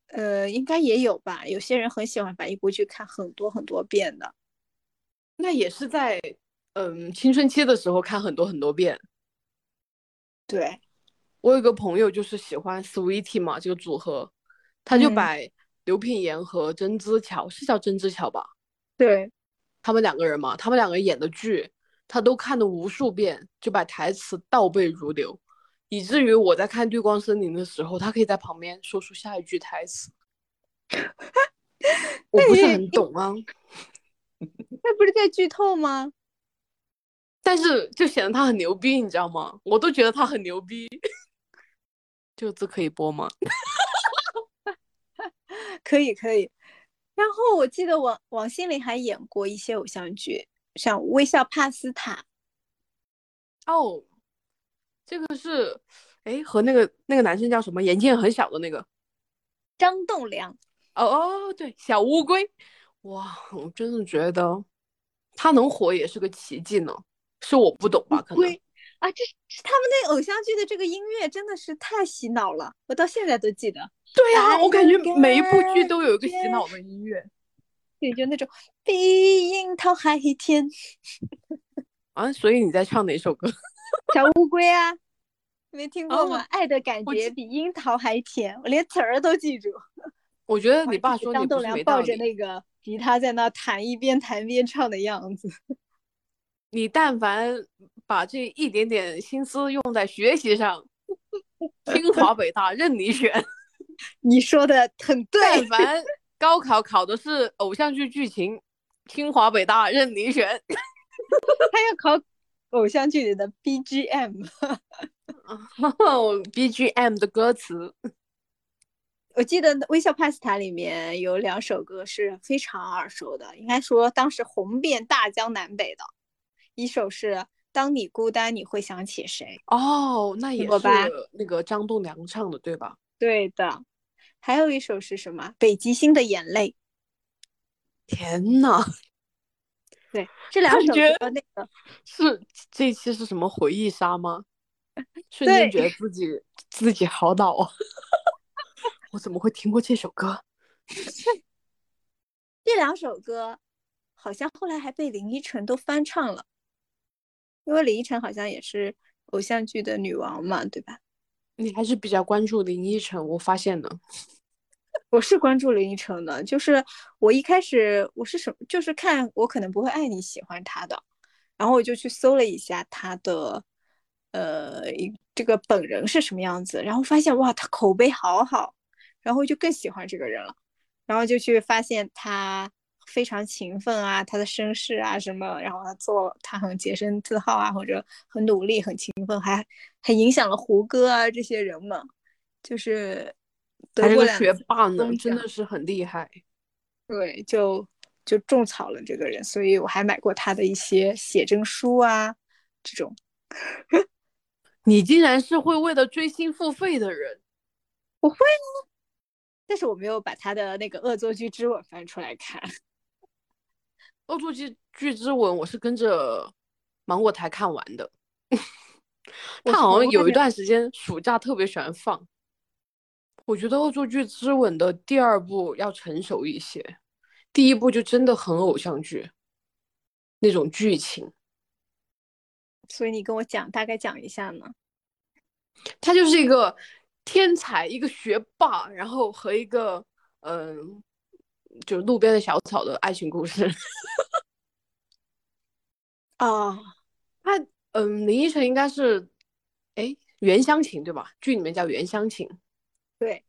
[SPEAKER 4] 呃，应该也有吧，有些人很喜欢把一部剧看很多很多遍的。
[SPEAKER 1] 那也是在嗯青春期的时候看很多很多遍。
[SPEAKER 4] 对，
[SPEAKER 1] 我有一个朋友就是喜欢 Sweetie 嘛这个组合，他就
[SPEAKER 4] 嗯
[SPEAKER 1] 把刘品言和曾之乔是叫曾之乔吧，
[SPEAKER 4] 对，
[SPEAKER 1] 他们两个人嘛，他们两个演的剧，他都看了无数遍，就把台词倒背如流，以至于我在看《绿光森林》的时候，他可以在旁边说出下一句台词。我不是很懂啊，
[SPEAKER 4] 那不是在剧透吗？ [laughs]
[SPEAKER 1] 但是就显得他很牛逼，你知道吗？我都觉得他很牛逼。这个字可以播吗？
[SPEAKER 4] 可以可以。然后我记得王王心凌还演过一些偶像剧，像《微笑帕斯塔》。
[SPEAKER 1] 哦，这个是，哎，和那个那个男生叫什么？眼睛很小的那个。
[SPEAKER 4] 张栋梁，
[SPEAKER 1] 哦哦，对，小乌龟。哇，我真的觉得他能火也是个奇迹呢，是我不懂吧？可能
[SPEAKER 4] 龟啊，这是他们那偶像剧的这个音乐真的是太洗脑了，我到现在都记得。
[SPEAKER 1] 对呀、
[SPEAKER 4] 哎
[SPEAKER 1] 我感觉
[SPEAKER 4] 呀
[SPEAKER 1] 每一部剧都有一个
[SPEAKER 4] 感
[SPEAKER 1] 洗
[SPEAKER 4] 觉
[SPEAKER 1] 脑的音乐，
[SPEAKER 4] 对，就那种碧樱桃海天，
[SPEAKER 1] 啊，所以你在唱哪首歌？ [laughs]
[SPEAKER 4] 小乌龟啊，没听过吗？
[SPEAKER 1] 哦
[SPEAKER 4] 爱的感
[SPEAKER 1] 我
[SPEAKER 4] 觉
[SPEAKER 1] 记
[SPEAKER 4] 比樱桃还甜，我连词儿都记住。
[SPEAKER 1] 我觉得
[SPEAKER 4] 我
[SPEAKER 1] 你
[SPEAKER 4] 还
[SPEAKER 1] 爸
[SPEAKER 4] 记得
[SPEAKER 1] 说你不
[SPEAKER 4] 张栋
[SPEAKER 1] 是
[SPEAKER 4] 梁
[SPEAKER 1] 没道
[SPEAKER 4] 抱着
[SPEAKER 1] 理。
[SPEAKER 4] 那个吉他在那弹，一边弹边唱的样子。
[SPEAKER 1] 你但凡把这一点点心思用在学习上， [laughs] 清华北大任你选。
[SPEAKER 4] 你说的很对，
[SPEAKER 1] 但凡高考考的是偶像剧剧情，清华北大任你选。 [laughs]
[SPEAKER 4] 他要考偶像剧里的 BGM。
[SPEAKER 1] BGM 的歌词，
[SPEAKER 4] 我记得《微笑帕斯塔》里面有两首歌是非常耳熟的，应该说当时红遍大江南北的。一首是《当你孤单你会想起谁》，
[SPEAKER 1] 哦，那也
[SPEAKER 4] 我
[SPEAKER 1] 是
[SPEAKER 4] 吧
[SPEAKER 1] 那个张栋梁唱的，对吧？
[SPEAKER 4] 对的，还有一首是什么？《北极星的眼泪》。
[SPEAKER 1] 天呐，
[SPEAKER 4] 对，这两首
[SPEAKER 1] 感觉
[SPEAKER 4] 歌那个
[SPEAKER 1] [laughs] 是这一期是什么回忆杀吗？瞬间
[SPEAKER 4] 对
[SPEAKER 1] 觉得自己自己好老啊！ [laughs] 我怎么会听过这首歌？
[SPEAKER 4] 这两首歌，好像后来还被林依晨都翻唱了，因为林依晨好像也是偶像剧的女王嘛，对吧？
[SPEAKER 1] 你还是比较关注林依晨，我发现呢。
[SPEAKER 4] 我是关注林依晨的，就是我一开始我是什么，就是看我可能不会爱你喜欢他的，然后我就去搜了一下他的，呃，一这个本人是什么样子，然后发现哇，他口碑好好，然后就更喜欢这个人了，然后就去发现他非常勤奋啊，他的身世啊什么，然后他做他很洁身自好啊，或者很努力、很勤奋，还还影响了胡歌啊这些人们，就是
[SPEAKER 1] 还
[SPEAKER 4] 得
[SPEAKER 1] 是
[SPEAKER 4] 过
[SPEAKER 1] 个
[SPEAKER 4] 两
[SPEAKER 1] 学
[SPEAKER 4] 次
[SPEAKER 1] 霸呢，
[SPEAKER 4] 东
[SPEAKER 1] 真
[SPEAKER 4] 奖
[SPEAKER 1] 的是很厉害。
[SPEAKER 4] 对，就就种草了这个人，所以我还买过他的一些写真书啊，这种。
[SPEAKER 1] 你竟然是会为了追星付费的人，
[SPEAKER 4] 但是我没有把他的那个《恶作剧之吻》翻出来看。
[SPEAKER 1] 《
[SPEAKER 4] [laughs]
[SPEAKER 1] 恶作剧剧之吻》，我是跟着芒果台看完的。 [laughs]
[SPEAKER 4] 我
[SPEAKER 1] 他好
[SPEAKER 4] 从
[SPEAKER 1] 像有
[SPEAKER 4] 来
[SPEAKER 1] 一
[SPEAKER 4] 没
[SPEAKER 1] 段时间暑假特别喜欢放，我觉得《恶作剧之吻》的第二部要成熟一些，第一部就真的很偶像剧，那种剧情。
[SPEAKER 4] 所以你跟我讲，大概讲一下呢？
[SPEAKER 1] 他就是一个天才，一个学霸，然后和一个嗯、就是路边的小草的爱情故事。
[SPEAKER 4] 哦，
[SPEAKER 1] 他嗯，林依晨应该是，哎，袁湘琴对吧？剧里面叫袁湘琴，
[SPEAKER 4] 对，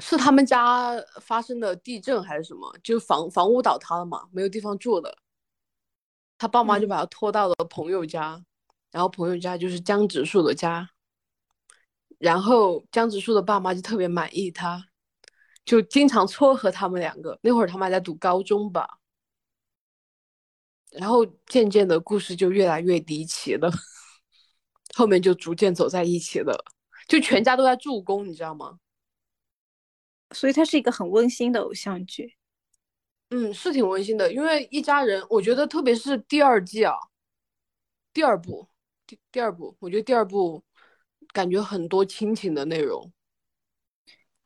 [SPEAKER 1] 是他们家发生的地震还是什么？就房房屋倒塌了嘛，没有地方住了，他爸妈就把他拖到了朋友家，然后朋友家就是江直树的家，然后江直树的爸妈就特别满意他，就经常撮合他们两个。那会儿他们还在读高中吧，然后渐渐的故事就越来越离奇了， [laughs] 后面就逐渐走在一起了，就全家都在助攻，你知道吗？
[SPEAKER 4] 所以它是一个很温馨的偶像剧。
[SPEAKER 1] 嗯，是挺温馨的，因为一家人，我觉得特别是第二季啊，第二部，第第二部，我觉得第二部感觉很多亲情的内容。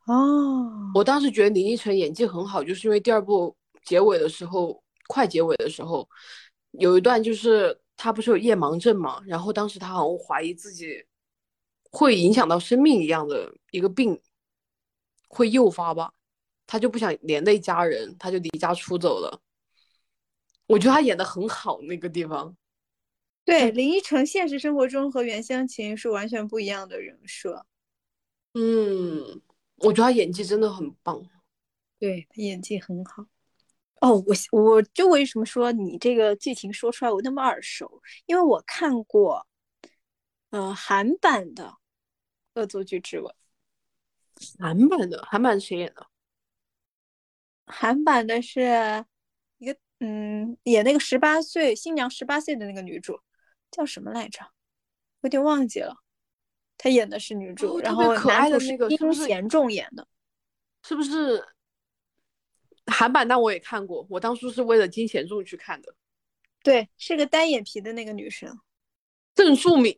[SPEAKER 4] 哦，
[SPEAKER 1] 我当时觉得林依晨演技很好，就是因为第二部结尾的时候，快结尾的时候，有一段就是她不是有夜盲症嘛，然后当时她好像怀疑自己会影响到生命一样的一个病，会诱发吧，她就不想连累家人，她就离家出走了。我觉得她演的很好，那个地方，
[SPEAKER 4] 对，林依晨现实生活中和袁湘琴是完全不一样的人设。
[SPEAKER 1] 嗯，我觉得她演技真的很棒。
[SPEAKER 4] 对，她演技很好。哦，我我就为什么说你这个剧情说出来我那么耳熟？因为我看过，呃，韩版的《恶作剧之吻》。
[SPEAKER 1] 韩版的，韩版谁演的？
[SPEAKER 4] 韩版的是一个嗯，演那个十八岁新娘十八岁的那个女主，叫什么来着？我有点忘记了。她演的是女主，
[SPEAKER 1] 哦
[SPEAKER 4] 然
[SPEAKER 1] 特别
[SPEAKER 4] 后
[SPEAKER 1] 可
[SPEAKER 4] 男
[SPEAKER 1] 爱
[SPEAKER 4] 主
[SPEAKER 1] 的
[SPEAKER 4] 是
[SPEAKER 1] 那个是
[SPEAKER 4] 殷
[SPEAKER 1] 不是
[SPEAKER 4] 贤重演的。
[SPEAKER 1] 是不是韩版？那我也看过，我当初是为了金贤重去看的。
[SPEAKER 4] 对，是个单眼皮的那个女生，
[SPEAKER 1] 郑树敏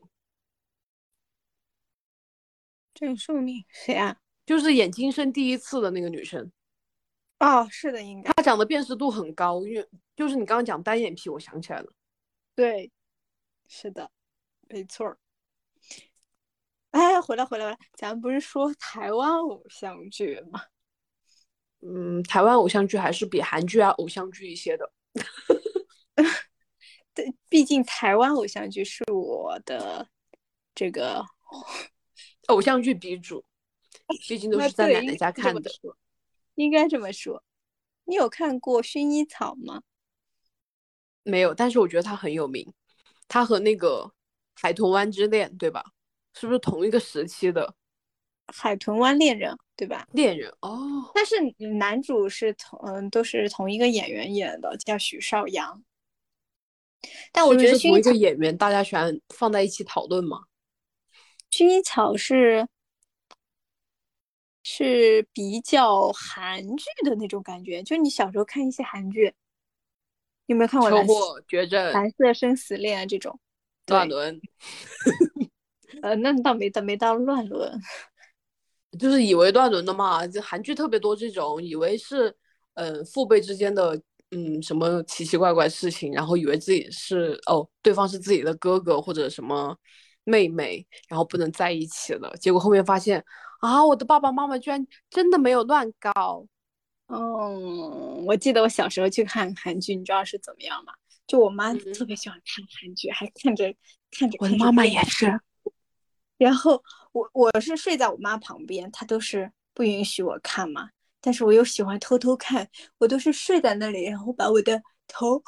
[SPEAKER 4] 郑树敏谁啊？
[SPEAKER 1] 就是演《今生第一次》的那个女生，
[SPEAKER 4] 哦，是的，应该
[SPEAKER 1] 她长得辨识度很高，因为就是你刚刚讲单眼皮，我想起来了。
[SPEAKER 4] 对，是的，没错儿。哎，回来回来回来，咱们不是说台湾偶像剧吗？
[SPEAKER 1] 嗯，台湾偶像剧还是比韩剧啊偶像剧一些的。
[SPEAKER 4] 对，毕竟台湾偶像剧是我的这个
[SPEAKER 1] 偶像剧鼻祖，毕竟都
[SPEAKER 4] 那
[SPEAKER 1] 是在
[SPEAKER 4] 对
[SPEAKER 1] 奶
[SPEAKER 4] 应
[SPEAKER 1] 奶
[SPEAKER 4] 该
[SPEAKER 1] 家
[SPEAKER 4] 是这
[SPEAKER 1] 看
[SPEAKER 4] 么
[SPEAKER 1] 的。
[SPEAKER 4] 说应该这么说。你有看过《薰衣草》吗？
[SPEAKER 1] 没有，但是我觉得她很有名，她和那个《海豚湾之恋》对吧？是不是同一个时期的
[SPEAKER 4] 《海豚湾恋人》对吧？
[SPEAKER 1] 恋人？哦，
[SPEAKER 4] 但是男主是同嗯都是同一个演员演的，叫许绍洋。但我
[SPEAKER 1] 是
[SPEAKER 4] 觉
[SPEAKER 1] 因为是同
[SPEAKER 4] 得薰衣
[SPEAKER 1] 一
[SPEAKER 4] 草
[SPEAKER 1] 个演员，大家喜欢放在一起讨论嘛。
[SPEAKER 4] 薰衣草是是比较韩剧的那种感觉，就你小时候看一些韩剧，你有没有看过
[SPEAKER 1] 车
[SPEAKER 4] 蓝色
[SPEAKER 1] 祸、绝症、
[SPEAKER 4] 蓝色生死恋啊这种？
[SPEAKER 1] 乱
[SPEAKER 4] 对
[SPEAKER 1] 伦，
[SPEAKER 4] 呃，那倒没到没到乱伦。
[SPEAKER 1] 就是以为乱伦的嘛。这韩剧特别多这种，以为是嗯父辈之间的嗯什么奇奇怪怪事情，然后以为自己是哦对方是自己的哥哥或者什么妹妹，然后不能在一起了。结果后面发现啊，我的爸爸妈妈居然真的没有乱搞。
[SPEAKER 4] 嗯，我记得我小时候去看韩剧，你知道是怎么样吗？就我妈
[SPEAKER 1] 嗯
[SPEAKER 4] 特别喜欢看韩剧，还看着看着
[SPEAKER 1] 我的
[SPEAKER 4] 看着
[SPEAKER 1] 妈妈
[SPEAKER 4] 电
[SPEAKER 1] 也
[SPEAKER 4] 视
[SPEAKER 1] 是，
[SPEAKER 4] 然后我我是睡在我妈旁边，她都是不允许我看嘛，但是我又喜欢偷偷看，我都是睡在那里，然后把我的头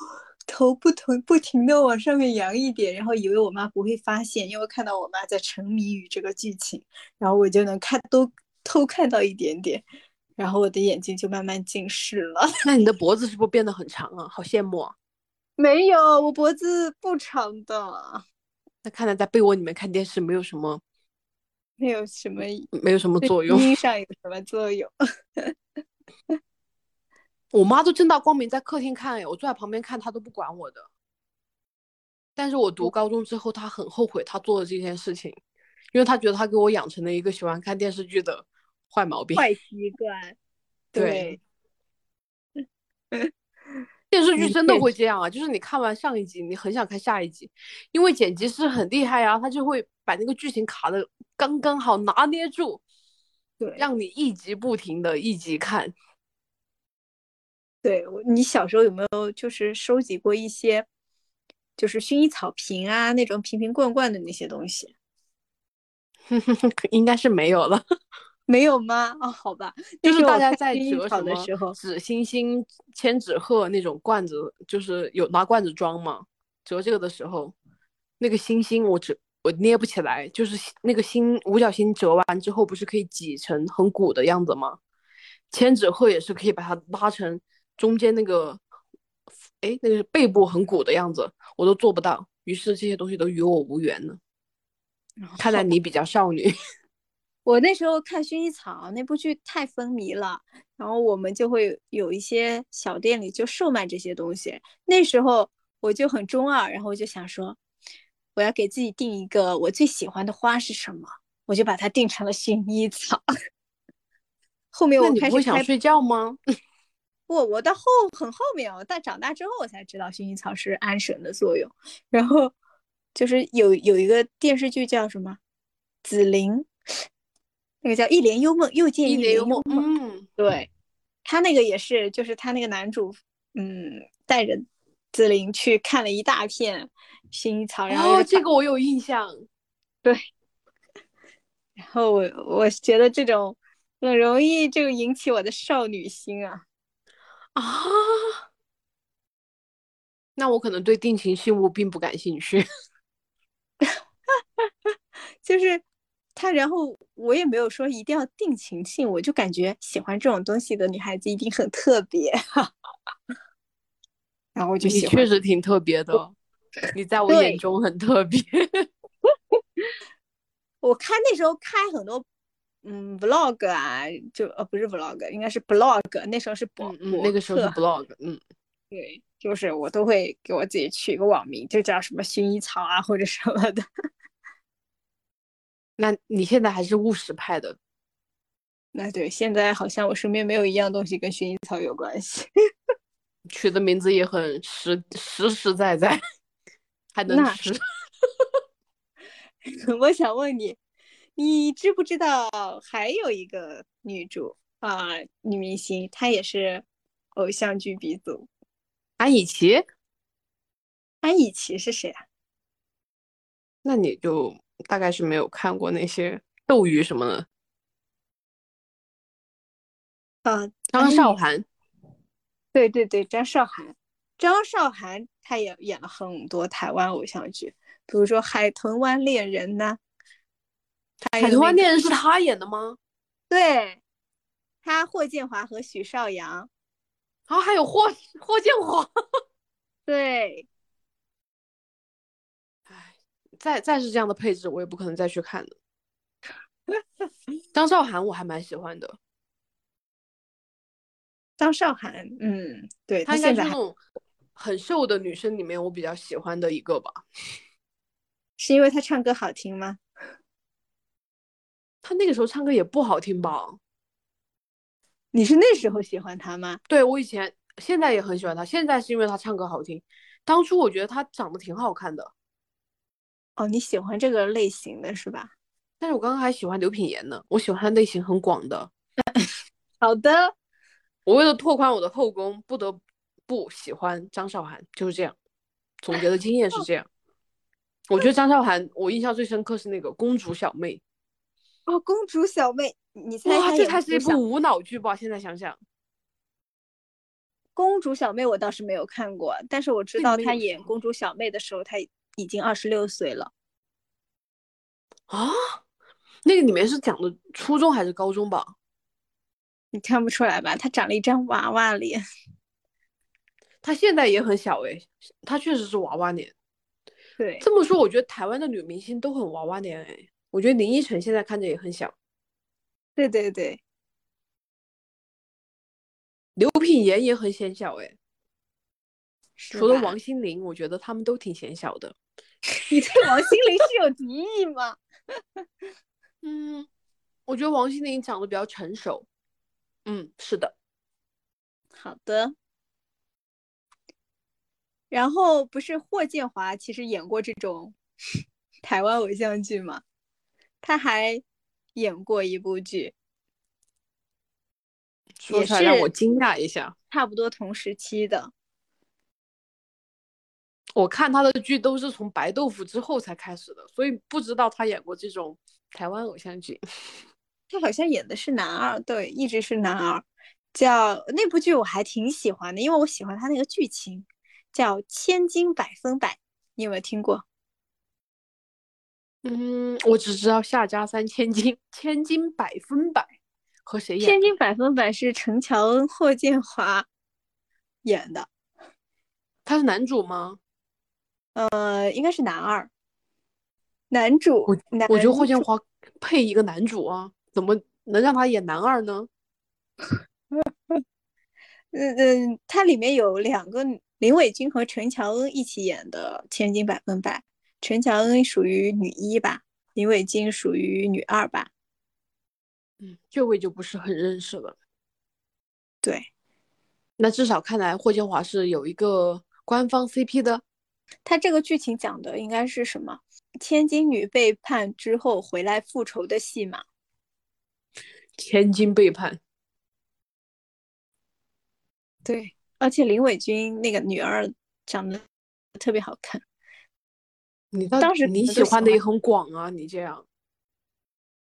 [SPEAKER 4] 头不同不停的往上面扬一点，然后以为我妈不会发现，因为看到我妈在沉迷于这个剧情，然后我就能看都偷看到一点点，然后我的眼睛就慢慢近视了。 [laughs]
[SPEAKER 1] 那你的脖子是不是变得很长啊？好羡慕啊！
[SPEAKER 4] 没有，我脖子不长的，
[SPEAKER 1] 那看来在被窝里面看电视没有什么
[SPEAKER 4] 没有什么
[SPEAKER 1] 没有什么
[SPEAKER 4] 对
[SPEAKER 1] 作用
[SPEAKER 4] 基。因上有什么作用。 [laughs]
[SPEAKER 1] 我妈都正大光明在客厅看，哎，我坐在旁边看，她都不管我的。但是我读高中之后，她很后悔她做的这件事情，因为他觉得他给我养成了一个喜欢看电视剧的坏毛病。
[SPEAKER 4] 坏习惯，
[SPEAKER 1] 对，电视剧真的会这样啊，就是你看完上一集，你很想看下一集，因为剪辑师很厉害呀、他就会把那个剧情卡的刚刚好，拿捏住，
[SPEAKER 4] 对
[SPEAKER 1] 让你一集不停的一集看。 [laughs]
[SPEAKER 4] 对，我你小时候有没有就是收集过一些，就是薰衣草瓶啊那种瓶瓶罐罐的那些东西？
[SPEAKER 1] 应该是没有了，
[SPEAKER 4] 没有吗？哦，好吧，那
[SPEAKER 1] 就是
[SPEAKER 4] 时候
[SPEAKER 1] 大
[SPEAKER 4] 我
[SPEAKER 1] 家
[SPEAKER 4] 看
[SPEAKER 1] 在
[SPEAKER 4] 薰衣
[SPEAKER 1] 折
[SPEAKER 4] 草
[SPEAKER 1] 什
[SPEAKER 4] 的时候 [laughs]
[SPEAKER 1] 么，纸星星、千纸鹤那种罐子，就是有拿罐子装嘛。折这个的时候，那个星星我折我捏不起来，就是那个星五角星折完之后不是可以挤成很鼓的样子吗？千纸鹤也是可以把它拉成中间那个，哎，那个背部很鼓的样子，我都做不到。于是这些东西都与我无缘了。看来你比较少女。
[SPEAKER 4] 我那时候看《薰衣草》那部剧太风靡了，然后我们就会有一些小店里就售卖这些东西。那时候我就很中二，然后我就想说，我要给自己定一个我最喜欢的花是什么，我就把它定成了薰衣草。 [laughs] 后面
[SPEAKER 1] 那
[SPEAKER 4] 我
[SPEAKER 1] 你
[SPEAKER 4] 开
[SPEAKER 1] 不
[SPEAKER 4] 始
[SPEAKER 1] 会想
[SPEAKER 4] 开
[SPEAKER 1] 睡觉吗？
[SPEAKER 4] 我我到后很后面，我到长大之后我才知道薰衣草是安神的作用。然后就是有有一个电视剧叫什么《紫菱》，那个叫《一帘幽梦》，又见
[SPEAKER 1] 一帘
[SPEAKER 4] 帘
[SPEAKER 1] 幽
[SPEAKER 4] 梦
[SPEAKER 1] 梦。，嗯，
[SPEAKER 4] 对，他那个也是，就是他那个男主，嗯，带着紫菱去看了一大片薰衣草，然后又
[SPEAKER 1] 哦，这
[SPEAKER 4] 把
[SPEAKER 1] 个我有印象。
[SPEAKER 4] 然后我我觉得这种很容易就引起我的少女心啊。
[SPEAKER 1] 啊，那我可能对定情信物并不感兴趣。
[SPEAKER 4] 就是他，然后我也没有说一定要定情信，我就感觉喜欢这种东西的女孩子一定很特别， [laughs] 然后我就
[SPEAKER 1] 你
[SPEAKER 4] 喜欢
[SPEAKER 1] 确。实挺特别的，你在我
[SPEAKER 4] 对
[SPEAKER 1] 眼中很特别。
[SPEAKER 4] 我看那时候开很多，嗯，vlog 啊，就呃不是 vlog，应该是 blog，那时候是博
[SPEAKER 1] 嗯嗯，那个时候是 blog，嗯，
[SPEAKER 4] 对，就是我都会给我自己取一个网名，就叫什么薰衣草啊或者什么的。 [laughs]
[SPEAKER 1] 那你现在还是务实派的，
[SPEAKER 4] 那对，现在好像我身边没有一样东西跟薰衣草有关系。
[SPEAKER 1] 取的名字也很实实实在在，还能
[SPEAKER 4] 那
[SPEAKER 1] [laughs] 吃。
[SPEAKER 4] [laughs] 我想问你，你知不知道还有一个女主啊、女明星，她也是偶像剧鼻祖，
[SPEAKER 1] 安以琪，
[SPEAKER 4] 安以琪是谁啊？
[SPEAKER 1] 那你就大概是没有看过那些斗鱼什么的，
[SPEAKER 4] 啊，
[SPEAKER 1] 张韶涵。
[SPEAKER 4] 对对对，张韶涵，张韶涵她也演了很多台湾偶像剧，比如说《海豚湾恋人》呐，还
[SPEAKER 1] 海
[SPEAKER 4] 有
[SPEAKER 1] 豚湾
[SPEAKER 4] 那个
[SPEAKER 1] 恋人是他演的吗？
[SPEAKER 4] 对，她霍建华和许绍洋，
[SPEAKER 1] 然后还有霍霍建华，
[SPEAKER 4] [laughs] 对，
[SPEAKER 1] [laughs] 再再是这样的配置，我也不可能再去看的。张韶涵我还蛮喜欢的，
[SPEAKER 4] 张韶涵，嗯，对，
[SPEAKER 1] 她
[SPEAKER 4] 她
[SPEAKER 1] 应该
[SPEAKER 4] 现
[SPEAKER 1] 是
[SPEAKER 4] 在
[SPEAKER 1] 那
[SPEAKER 4] 还
[SPEAKER 1] 种很瘦的女生里面我比较喜欢的一个吧。
[SPEAKER 4] 是因为她唱歌好听吗？
[SPEAKER 1] 她那个时候唱歌也不好听吧？
[SPEAKER 4] 你是那时候喜欢她吗？
[SPEAKER 1] 对我以前现在也很喜欢她，现在是因为她唱歌好听，当初我觉得她长得挺好看的，
[SPEAKER 4] 哦，你喜欢这个类型的是吧？
[SPEAKER 1] 但是我刚刚还喜欢刘品言呢，我喜欢她类型很广的。
[SPEAKER 4] 好的，
[SPEAKER 1] 我为了拓宽我的后宫，不得不喜欢张韶涵，就是这样。总结的经验是这样。我觉得张韶涵，我印象最深刻是那个《公主小妹
[SPEAKER 4] 哦，公主小妹，你》。猜
[SPEAKER 1] 哇，
[SPEAKER 4] 她
[SPEAKER 1] 这
[SPEAKER 4] 演
[SPEAKER 1] 才是一
[SPEAKER 4] 公主
[SPEAKER 1] 部
[SPEAKER 4] 小
[SPEAKER 1] 无脑剧吧？现在想想，
[SPEAKER 4] 公主小妹，我倒是没有看过，但是我知
[SPEAKER 1] 这
[SPEAKER 4] 道
[SPEAKER 1] 没
[SPEAKER 4] 她
[SPEAKER 1] 有
[SPEAKER 4] 演
[SPEAKER 1] 啥
[SPEAKER 4] 公主小妹的时候，她已经二十六岁了。
[SPEAKER 1] 啊，那个里面是讲的初中还是高中吧？
[SPEAKER 4] 你看不出来吧？她长了一张娃娃脸。 [laughs]
[SPEAKER 1] 她现在也很小诶，她确实是娃娃脸。
[SPEAKER 4] 对，
[SPEAKER 1] 这么说，我觉得台湾的女明星都很娃娃脸诶。我觉得林依晨现在看着也很小，
[SPEAKER 4] 对对对，
[SPEAKER 1] 刘品言也很显小诶。
[SPEAKER 4] 是
[SPEAKER 1] 除了
[SPEAKER 4] 吧
[SPEAKER 1] 王心凌，我觉得她们都挺显小的。
[SPEAKER 4] 你对王心凌是有敌意吗？
[SPEAKER 1] 嗯，我觉得王心凌讲的比较成熟。嗯，是的，
[SPEAKER 4] 好的。然后不是霍建华其实演过这种 [laughs] 台湾偶像剧嘛，他还演过一部剧，
[SPEAKER 1] 说
[SPEAKER 4] 也
[SPEAKER 1] 出来让
[SPEAKER 4] 是
[SPEAKER 1] 我惊讶一下。
[SPEAKER 4] 差不多同时期的。
[SPEAKER 1] 我看他的剧都是从白豆腐之后才开始的，所以不知道他演过这种台湾偶像剧。
[SPEAKER 4] 他好像演的是男二，对，一直是男二。叫那部剧我还挺喜欢的，因为我喜欢他那个剧情，叫《千金百分百》，你有没有听过？
[SPEAKER 1] 嗯，我只知道夏家三千金，千金百分百，和谁
[SPEAKER 4] 《千
[SPEAKER 1] 演？
[SPEAKER 4] 金百分百》是陈乔恩、霍建华演的，
[SPEAKER 1] 他是男主吗？
[SPEAKER 4] 呃，应该是男二。男主，男
[SPEAKER 1] 我觉得霍建华配一个男主啊，怎么能让他演男二呢？
[SPEAKER 4] 嗯嗯，它里面有两个女林伟君和陈乔恩一起演的《千金百分百》，陈乔恩属于女一吧，林伟君属于女二吧。
[SPEAKER 1] 嗯，这位就不是很认识了。
[SPEAKER 4] 对，
[SPEAKER 1] 那至少看来霍建华是有一个官方 CP 的。
[SPEAKER 4] 它这个剧情讲的应该是什么？千金女背叛之后回来复仇的戏嘛？
[SPEAKER 1] 千金背叛，
[SPEAKER 4] 对，而且林伟君那个女二长得特别好看。
[SPEAKER 1] 你到
[SPEAKER 4] 当时
[SPEAKER 1] 你
[SPEAKER 4] 可能
[SPEAKER 1] 喜
[SPEAKER 4] 就喜
[SPEAKER 1] 欢的也
[SPEAKER 4] 欢
[SPEAKER 1] 很广啊，你这样。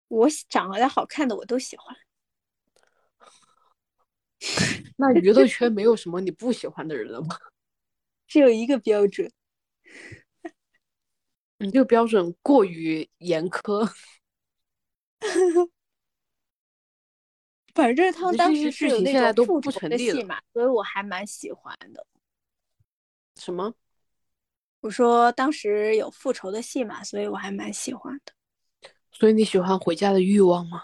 [SPEAKER 4] 我喜长得好看的我都喜欢。
[SPEAKER 1] 那娱乐圈没有什么你不喜欢的人了吗？ [laughs]
[SPEAKER 4] 只有一个标准，
[SPEAKER 1] 你这个标准过于严苛。
[SPEAKER 4] 反正他
[SPEAKER 1] 这
[SPEAKER 4] 当
[SPEAKER 1] 些剧
[SPEAKER 4] 时是有
[SPEAKER 1] 情
[SPEAKER 4] 那
[SPEAKER 1] 现在都
[SPEAKER 4] 种复
[SPEAKER 1] 不
[SPEAKER 4] 仇
[SPEAKER 1] 成
[SPEAKER 4] 的
[SPEAKER 1] 立
[SPEAKER 4] 戏
[SPEAKER 1] 了
[SPEAKER 4] 嘛，所以我还蛮喜欢的。
[SPEAKER 1] 什么？
[SPEAKER 4] 我说当时有复仇的戏嘛，所以我还蛮喜欢的。
[SPEAKER 1] 所以你喜欢回家的欲望吗？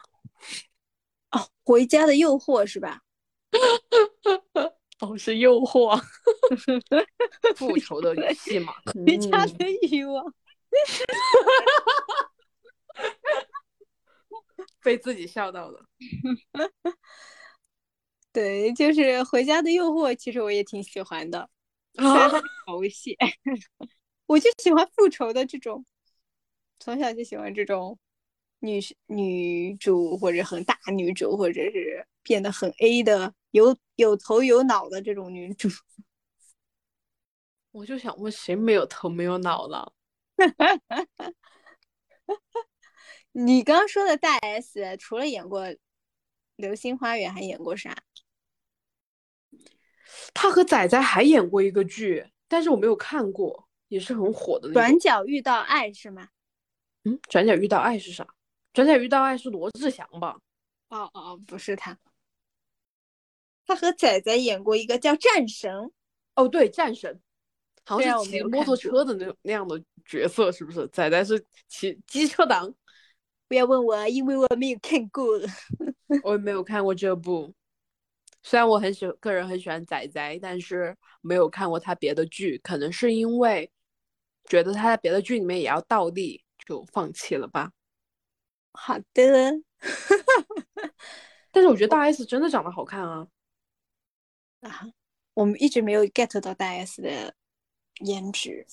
[SPEAKER 4] 哦，《回家的诱惑》是吧？
[SPEAKER 1] [laughs] 哦，是诱
[SPEAKER 4] [laughs]
[SPEAKER 1] 惑，复仇的戏 [laughs] 嘛。
[SPEAKER 4] 回家
[SPEAKER 1] 嗯
[SPEAKER 4] 的欲望，
[SPEAKER 1] 被自己笑到了。
[SPEAKER 4] 对，就是《回家的诱惑》，其实我也挺喜欢的， [laughs] 虽然它
[SPEAKER 1] 啊，
[SPEAKER 4] 是狗血， [laughs] 我就喜欢复仇的这种，从小就喜欢这种女是女主或者很大女主，或者是变得很 A 的，有有头有脑的这种女主。
[SPEAKER 1] [laughs] 我就想问，谁没有头没有脑了？
[SPEAKER 4] 你刚刚说的大 S，除了演过《流星花园》，还演过啥？
[SPEAKER 1] 他和仔仔还演过一个剧，但是我没有看过，也是很火的那
[SPEAKER 4] 转
[SPEAKER 1] 种。
[SPEAKER 4] 角遇到爱是吗？
[SPEAKER 1] 嗯，转角遇到爱是啥？转角遇到爱是罗志祥吧？
[SPEAKER 4] 哦哦，哦，不是他，他和仔仔演过一个叫《战神》，
[SPEAKER 1] 哦，对，战神，好
[SPEAKER 4] 虽
[SPEAKER 1] 像
[SPEAKER 4] 然我
[SPEAKER 1] 是
[SPEAKER 4] 没
[SPEAKER 1] 骑
[SPEAKER 4] 有
[SPEAKER 1] 摩
[SPEAKER 4] 看
[SPEAKER 1] 托
[SPEAKER 4] 过
[SPEAKER 1] 车的那那样的角色，是不是？仔仔是骑机车党，
[SPEAKER 4] 不要问我，因为我没有看过。
[SPEAKER 1] [laughs]
[SPEAKER 4] [laughs]
[SPEAKER 1] 我也没有看过这部。虽然我很喜个人很喜欢仔仔，但是没有看过他别的剧，可能是因为觉得他在别的剧里面也要倒立，就放弃了吧。
[SPEAKER 4] 好的，
[SPEAKER 1] 但是我觉得大 S 真的长得好看啊，
[SPEAKER 4] 啊，我们一直没有 get 到大 S 的颜值，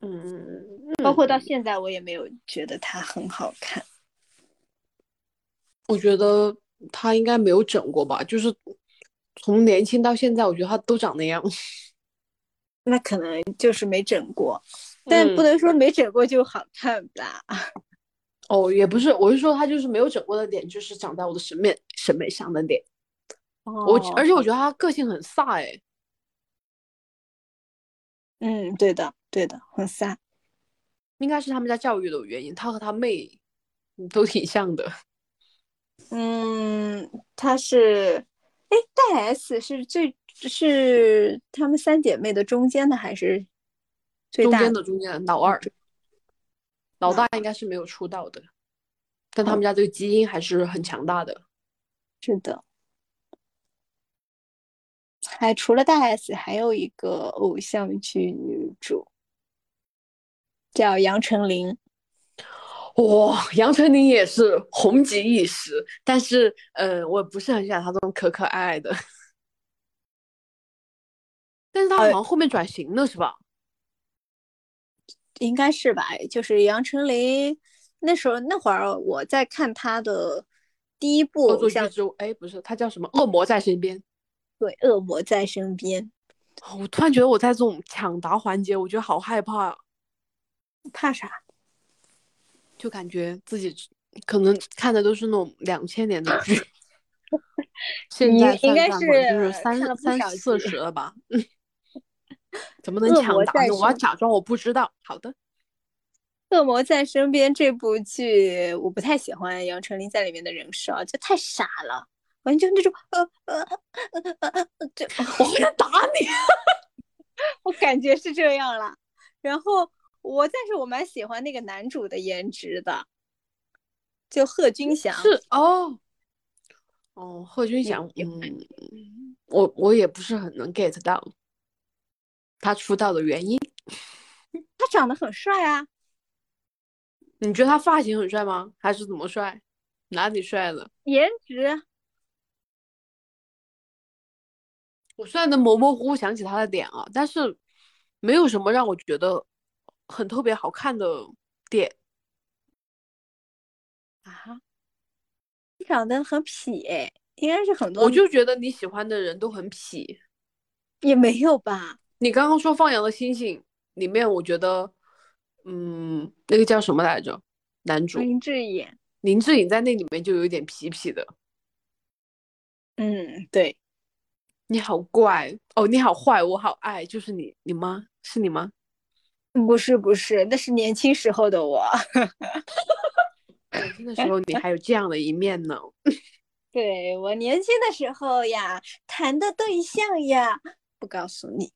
[SPEAKER 1] 嗯，
[SPEAKER 4] 包括到现在我也没有觉得她很好看。
[SPEAKER 1] 我觉得他应该没有整过吧，就是从年轻到现在，我觉得他都长那样。
[SPEAKER 4] [laughs] 那可能就是没整过，
[SPEAKER 1] 嗯
[SPEAKER 4] 但不能说没整过就好看吧。
[SPEAKER 1] 哦，也不是，我是说他就是没有整过的点，就是长在我的审美审美上的点。我
[SPEAKER 4] 哦
[SPEAKER 1] 而且我觉得他个性很飒哎，
[SPEAKER 4] 嗯，对的，对的，很飒。
[SPEAKER 1] 应该是他们家教育的原因，他和他妹嗯都挺像的。
[SPEAKER 4] 嗯，她是，哎，大 S 是最是她们三姐妹的中间的，还是最
[SPEAKER 1] 中
[SPEAKER 4] 大嗯
[SPEAKER 1] 间的中间的老二，老大应该是没有出道的，但他们家这个基因还是很强大的。
[SPEAKER 4] 是的。还除了大 S，还有一个偶像剧女主叫杨丞琳。
[SPEAKER 1] 哇，杨丞琳也是红极一时，但是，呃，我不是很喜欢她这种可可爱爱的。但是
[SPEAKER 4] 呃
[SPEAKER 1] 她好像后面转型了，是吧？
[SPEAKER 4] 应该是吧？就是杨丞琳那时候那会儿我在看她的第一部
[SPEAKER 1] 恶作剧
[SPEAKER 4] 像
[SPEAKER 1] 之，哎，不是，她叫什么？恶魔在身边。
[SPEAKER 4] 对《恶魔在身边》，
[SPEAKER 1] 哦我突然觉得我在这种抢答环节，我觉得好害怕啊，
[SPEAKER 4] 怕啥？
[SPEAKER 1] 就感觉自己可能看的都是那种两千年的剧。 [laughs] 现
[SPEAKER 4] 你
[SPEAKER 1] 在
[SPEAKER 4] 应
[SPEAKER 1] 算
[SPEAKER 4] 该
[SPEAKER 1] 算吧
[SPEAKER 4] 是
[SPEAKER 1] 就是
[SPEAKER 4] 看了
[SPEAKER 1] 三
[SPEAKER 4] 不
[SPEAKER 1] 三
[SPEAKER 4] 少
[SPEAKER 1] 四
[SPEAKER 4] 集
[SPEAKER 1] 十了吧？ [laughs] 怎么能
[SPEAKER 4] 恶
[SPEAKER 1] 抢
[SPEAKER 4] 魔
[SPEAKER 1] 答
[SPEAKER 4] 在
[SPEAKER 1] 呢？我要
[SPEAKER 4] 身
[SPEAKER 1] 假装我不知道。好的，
[SPEAKER 4] 《恶魔在身边》这部剧，我不太喜欢杨丞琳在里面的人设啊，就太傻了，完全那种呃呃呃呃呃呃，就
[SPEAKER 1] 我好想打你。
[SPEAKER 4] [laughs] 我感觉是这样啦。然后我，但是我蛮喜欢那个男主的颜值的，就贺军翔。
[SPEAKER 1] 是哦，哦，贺军翔，嗯，我我也不是很能 get 到他出道的原因。
[SPEAKER 4] 他长得很帅啊，
[SPEAKER 1] 你觉得他发型很帅吗？还是怎么帅？哪里帅了？
[SPEAKER 4] 颜值
[SPEAKER 1] 我虽然能模模糊糊想起他的脸啊，但是没有什么让我觉得很特别好看的点。
[SPEAKER 4] 啊，长得很痞哎，应该是很多，
[SPEAKER 1] 我就觉得你喜欢的人都很痞。
[SPEAKER 4] 也没有吧。
[SPEAKER 1] 你刚刚说《放羊的星星》里面，我觉得，嗯，那个叫什么来着？男主
[SPEAKER 4] 林志颖，
[SPEAKER 1] 林志颖在那里面就有一点痞痞的。
[SPEAKER 4] 嗯，对，
[SPEAKER 1] 你好怪哦，你好坏，我好爱，就是你，你吗？是你吗？
[SPEAKER 4] 不是不是，那是年轻时候的我。 [laughs]
[SPEAKER 1] 年轻的哎时候你还有这样的一面呢。
[SPEAKER 4] 对我年轻的时候呀，谈的对象呀，不告诉你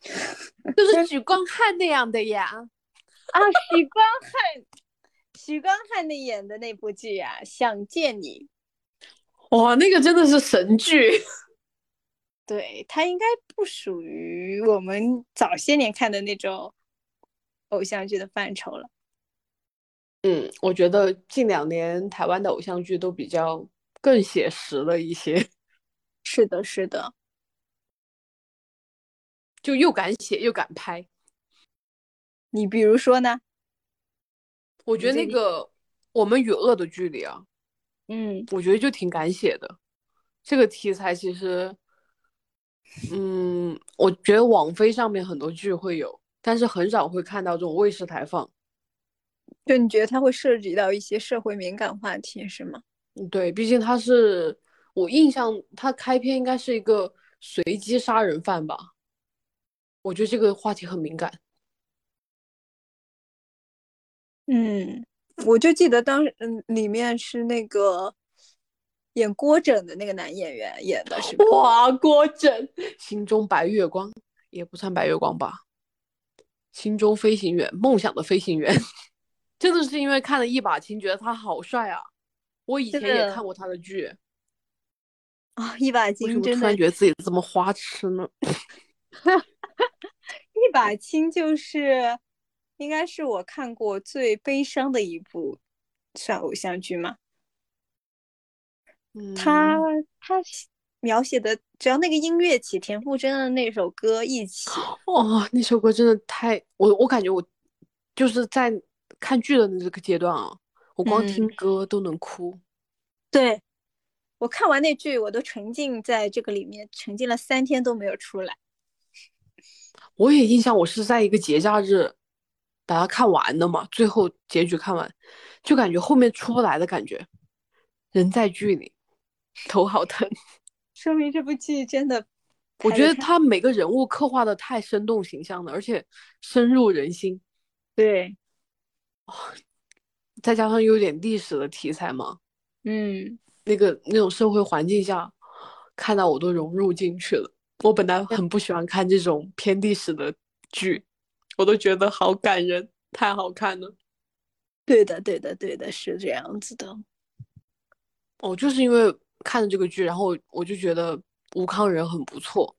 [SPEAKER 1] 就是举光汉那样的呀。
[SPEAKER 4] 啊，许光汉， [laughs] 许光汉的演的那部剧啊，《想见你》，
[SPEAKER 1] [laughs] 哇，那个真的是神剧。
[SPEAKER 4] 对，它应该不属于我们早些年看的那种偶像剧的范畴了。
[SPEAKER 1] [laughs] 嗯，我觉得近两年台湾的偶像剧都比较更写实了一些，
[SPEAKER 4] 是的，是的，
[SPEAKER 1] 就又敢写又敢拍。
[SPEAKER 4] 你比如说呢？
[SPEAKER 1] 我觉得那个《我们与恶的距离》啊，
[SPEAKER 4] 嗯，
[SPEAKER 1] 我觉得就挺敢写的。这个题材其实，嗯，我觉得网飞上面很多剧会有，但是很少会看到这种卫视台放。
[SPEAKER 4] 就你觉得它会涉及到一些社会敏感话题，是吗？
[SPEAKER 1] 嗯对，毕竟它是我印象，它开篇应该是一个随机杀人犯吧。我觉得这个话题很敏感。
[SPEAKER 4] 嗯，我就记得当时，嗯，里面是那个演郭拯的那个男演员演的，是吧？
[SPEAKER 1] [laughs] 哇，郭拯，心中白月光也不算白月光吧，心中飞行员，梦想的飞行员， [laughs] 真的是因为看了一把青，觉得他好帅啊！我以
[SPEAKER 4] 真
[SPEAKER 1] 前也
[SPEAKER 4] 的
[SPEAKER 1] 看过他的剧，
[SPEAKER 4] 啊、一把
[SPEAKER 1] 为什
[SPEAKER 4] 青
[SPEAKER 1] 么
[SPEAKER 4] 真
[SPEAKER 1] 突
[SPEAKER 4] 的，
[SPEAKER 1] 然觉得自己这么花痴呢？
[SPEAKER 4] 一把青就是应该是我看过最悲伤的一部，算偶像剧吗？他
[SPEAKER 1] 嗯
[SPEAKER 4] 他写描写的，只要那个音乐起，田馥甄的那首歌一起，
[SPEAKER 1] 哦，那首歌真的太……我我感觉我就是在看剧的那这个阶段啊，我光
[SPEAKER 4] 嗯
[SPEAKER 1] 听歌都能哭。
[SPEAKER 4] 对我看完那剧，我都沉浸在这个里面，沉浸了三天都没有出来。
[SPEAKER 1] 我也印象，我是在一个节假日把它看完的嘛，最后结局看完，就感觉后面出不来的感觉，人在剧里，头好疼。
[SPEAKER 4] 说明这部剧真的，
[SPEAKER 1] 我觉得他每个人物刻画的太生动形象了，而且深入人心，
[SPEAKER 4] 对，
[SPEAKER 1] [sighs] 再加上有点历史的题材嘛，
[SPEAKER 4] 嗯，
[SPEAKER 1] 那个那种社会环境下，看到我都融入进去了。我本来很不喜欢看这种偏历史的剧，我都觉得好感人，太好看了。
[SPEAKER 4] 对的，对的，对的，是这样子的。
[SPEAKER 1] 哦，就是因为看了这个剧，然后我就觉得吴康仁很不错。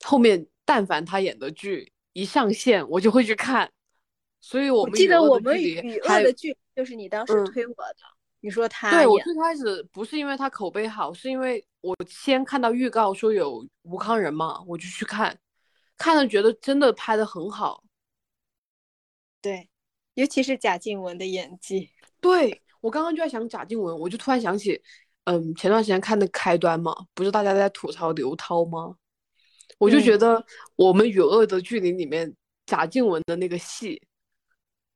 [SPEAKER 1] 后面但凡他演的剧一上线，我就会去看。所以我
[SPEAKER 4] 我
[SPEAKER 1] 们
[SPEAKER 4] 记
[SPEAKER 1] 与
[SPEAKER 4] 得
[SPEAKER 1] 恶
[SPEAKER 4] 我
[SPEAKER 1] 的
[SPEAKER 4] 们
[SPEAKER 1] 距离
[SPEAKER 4] 与
[SPEAKER 1] 还
[SPEAKER 4] 恶的距离就是你当时
[SPEAKER 1] 嗯
[SPEAKER 4] 推我的，你说他
[SPEAKER 1] 对我
[SPEAKER 4] 演
[SPEAKER 1] 最开始不是因为它口碑好，是因为我先看到预告说有吴康仁嘛，我就去看，看了觉得真的拍的很好。
[SPEAKER 4] 对，尤其是贾静雯的演技，
[SPEAKER 1] 对我刚刚就在想贾静雯，我就突然想起，嗯，前段时间看的《开端》嘛，不是大家在吐槽刘涛吗？我就觉
[SPEAKER 4] 嗯
[SPEAKER 1] 得我们与恶的距离里面贾静雯的那个戏，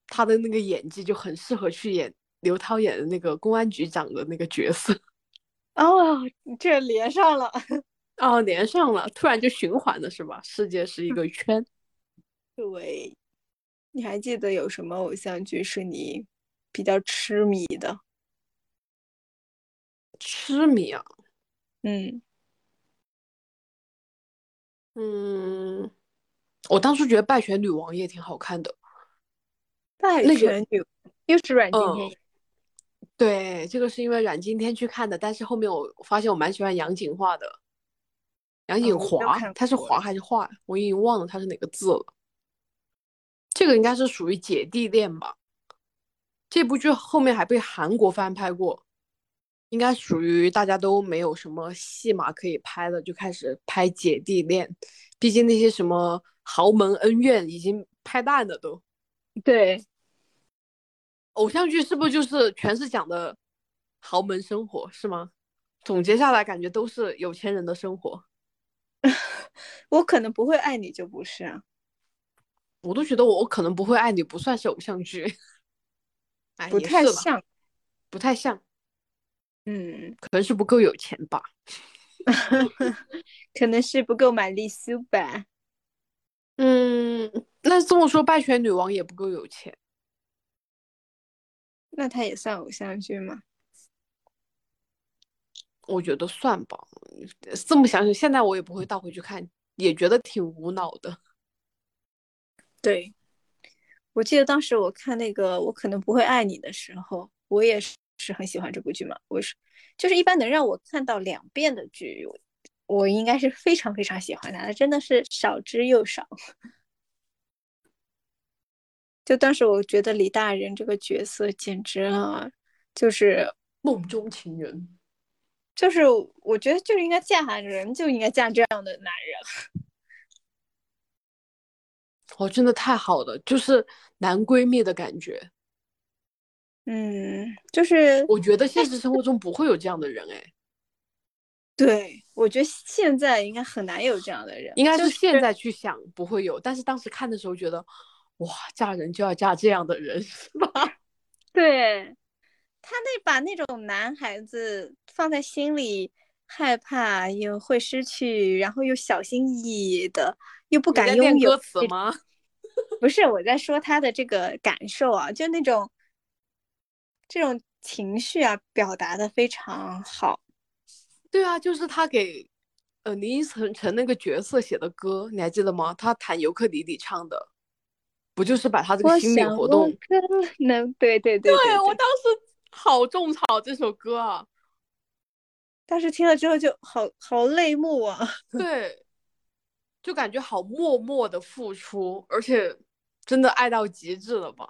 [SPEAKER 1] 她的那个演技就很适合去演刘涛演的那个公安局长的那个角色。 [laughs]
[SPEAKER 4] 哦，你这连上了， [laughs]
[SPEAKER 1] 哦，连上了，突然就循环了，是吧？世界是一个圈。
[SPEAKER 4] 对，你还记得有什么偶像剧是你比较痴迷的？
[SPEAKER 1] 痴迷啊，
[SPEAKER 4] 嗯，
[SPEAKER 1] 嗯，我当初觉得《拜权女王》也挺好看的。
[SPEAKER 4] 拜
[SPEAKER 1] 那个
[SPEAKER 4] 权女又是阮经
[SPEAKER 1] 嗯
[SPEAKER 4] 天演，
[SPEAKER 1] 对，这个是因为阮经天去看的，但是后面我发现我蛮喜欢杨谨华的，杨
[SPEAKER 4] 哦
[SPEAKER 1] 谨
[SPEAKER 4] 我没有
[SPEAKER 1] 华，
[SPEAKER 4] 看
[SPEAKER 1] 他是
[SPEAKER 4] 过
[SPEAKER 1] 华还是华？我已经忘了他是哪个字了。这个应该是属于姐弟恋吧。这部剧后面还被韩国翻拍过，应该属于大家都没有什么戏码可以拍了，就开始拍姐弟恋。毕竟那些什么豪门恩怨已经拍烂了都。
[SPEAKER 4] 对，
[SPEAKER 1] 偶像剧是不是就是全是讲的豪门生活是吗？总结下来，感觉都是有钱人的生活。
[SPEAKER 4] 我可能不会爱你就不是啊，
[SPEAKER 1] 我都觉得我我可能不会爱你，不算是偶像剧。哎，
[SPEAKER 4] 不
[SPEAKER 1] 也
[SPEAKER 4] 太
[SPEAKER 1] 是吧，
[SPEAKER 4] 像，
[SPEAKER 1] 不太像，
[SPEAKER 4] 嗯，
[SPEAKER 1] 可能是不够有钱吧。
[SPEAKER 4] 可能是不够玛丽苏吧。
[SPEAKER 1] 嗯，那这么说，《拜权女王》也不够有钱。
[SPEAKER 4] 那它也算偶像剧吗？
[SPEAKER 1] 我觉得算吧，这么想想，现在我也不会倒回去看，也觉得挺无脑的。
[SPEAKER 4] 对，我记得当时我看那个《我可能不会爱你》的时候，我也是是很喜欢这部剧嘛。我是就是一般能让我看到两遍的剧，我我应该是非常非常喜欢它的，真的是少之又少。就当时我觉得李大人这个角色简直了，就是
[SPEAKER 1] 梦中情人，
[SPEAKER 4] 就是我觉得就是应该嫁人，就应该嫁这样的男人。
[SPEAKER 1] 哦，真的太好了，就是男闺蜜的感觉。
[SPEAKER 4] 嗯，就是
[SPEAKER 1] 我觉得现实生活中不会有这样的人，哎，
[SPEAKER 4] 对，我觉得现在应该很难有这样的人，
[SPEAKER 1] 应该
[SPEAKER 4] 就是
[SPEAKER 1] 现在去想不会有，但是当时看的时候觉得，哇，嫁人就要嫁这样的人，是吧？
[SPEAKER 4] 对，他那把那种男孩子放在心里，害怕又会失去，然后又小心翼翼的，又不
[SPEAKER 1] 不
[SPEAKER 4] 敢拥
[SPEAKER 1] 念
[SPEAKER 4] 有
[SPEAKER 1] 歌。 [laughs] 词吗？
[SPEAKER 4] 不是我在说他的这个感受啊，就那种这种情绪啊，表达的非常好。
[SPEAKER 1] 对啊，就是他给，呃，林依晨晨那个角色写的歌，你还记得吗？他弹尤克里里唱的，不就是把他这个
[SPEAKER 4] 我
[SPEAKER 1] 心理
[SPEAKER 4] 想
[SPEAKER 1] 活
[SPEAKER 4] 我
[SPEAKER 1] 动？
[SPEAKER 4] 可能对对对对
[SPEAKER 1] 我
[SPEAKER 4] 对，
[SPEAKER 1] 当时好种草这首歌 [laughs] 啊，
[SPEAKER 4] 当时听了之后就好好泪目啊。
[SPEAKER 1] 对，就感觉好默默的付出，而且真的爱到极致了吧？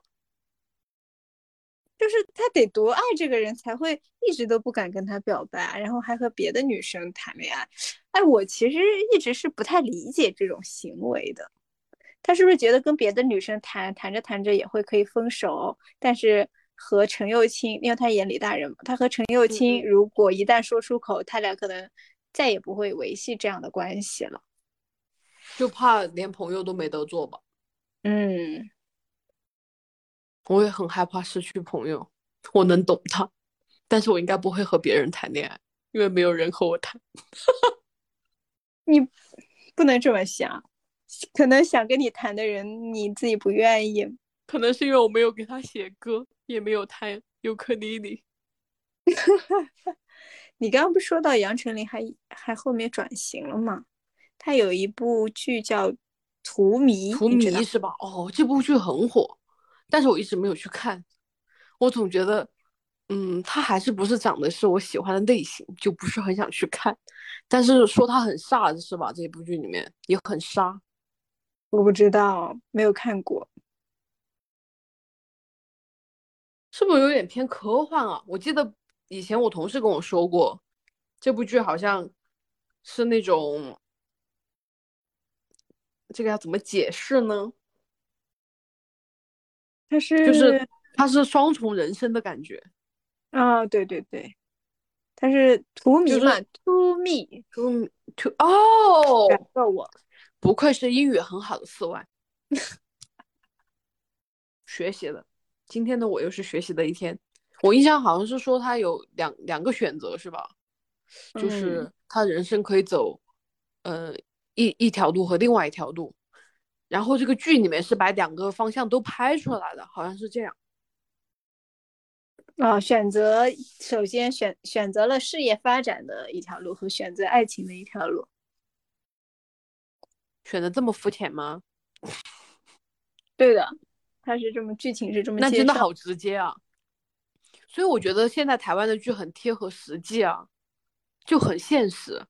[SPEAKER 4] 就是他得多爱这个人才会一直都不敢跟他表白，啊然后还和别的女生谈恋爱。哎，我其实一直是不太理解这种行为的。他是不是觉得跟别的女生谈谈着谈着也会可以分手？但是和陈又青，因为他演李大人嘛，他和陈又青如果一旦说出口，他俩可能再也不会维系这样的关系了。
[SPEAKER 1] 就怕连朋友都没得做吧？
[SPEAKER 4] 嗯，
[SPEAKER 1] 我也很害怕失去朋友，我能懂他，但是我应该不会和别人谈恋爱，因为没有人和我谈。
[SPEAKER 4] 你不能这么想，可能想跟你谈的人你自己不愿意，
[SPEAKER 1] 可能是因为我没有给他写歌，也没有弹尤克里里。
[SPEAKER 4] 你刚刚不是说到杨丞琳还还后面转型了吗？她有一部剧叫《荼蘼》，
[SPEAKER 1] 荼
[SPEAKER 4] 你知道
[SPEAKER 1] 蘼？是吧？哦，这部剧很火，但是我一直没有去看。我总觉得，嗯，他还是不是长得是我喜欢的类型，就不是很想去看。但是说他很飒是吧？这部剧里面也很杀，
[SPEAKER 4] 我不知道，没有看过。
[SPEAKER 1] 是不是有点偏科幻啊？我记得以前我同事跟我说过，这部剧好像是那种，这个要怎么解释呢？
[SPEAKER 4] 它是
[SPEAKER 1] 就是它是双重人生的感觉，
[SPEAKER 4] 啊，对对对，它是荼
[SPEAKER 1] 就
[SPEAKER 4] 蘼
[SPEAKER 1] 是
[SPEAKER 4] 嘛，to me，
[SPEAKER 1] 嗯，to 哦，
[SPEAKER 4] 感到我
[SPEAKER 1] 不愧是英语很好的四万， [laughs] 学习了。今天的我又是学习的一天。我印象好像是说他有两两个选择是吧？
[SPEAKER 4] 嗯
[SPEAKER 1] 就是他人生可以走，呃，一一条路和另外一条路。然后这个剧里面是把两个方向都拍出来的，好像是这样。
[SPEAKER 4] 啊，选择首先选选择了事业发展的一条路和选择爱情的一条路，
[SPEAKER 1] 选的这么肤浅吗？
[SPEAKER 4] 对的，它是这么剧情是这么
[SPEAKER 1] 那
[SPEAKER 4] 介
[SPEAKER 1] 真的
[SPEAKER 4] 绍
[SPEAKER 1] 好直接啊！所以我觉得现在台湾的剧很贴合实际啊，就很现实。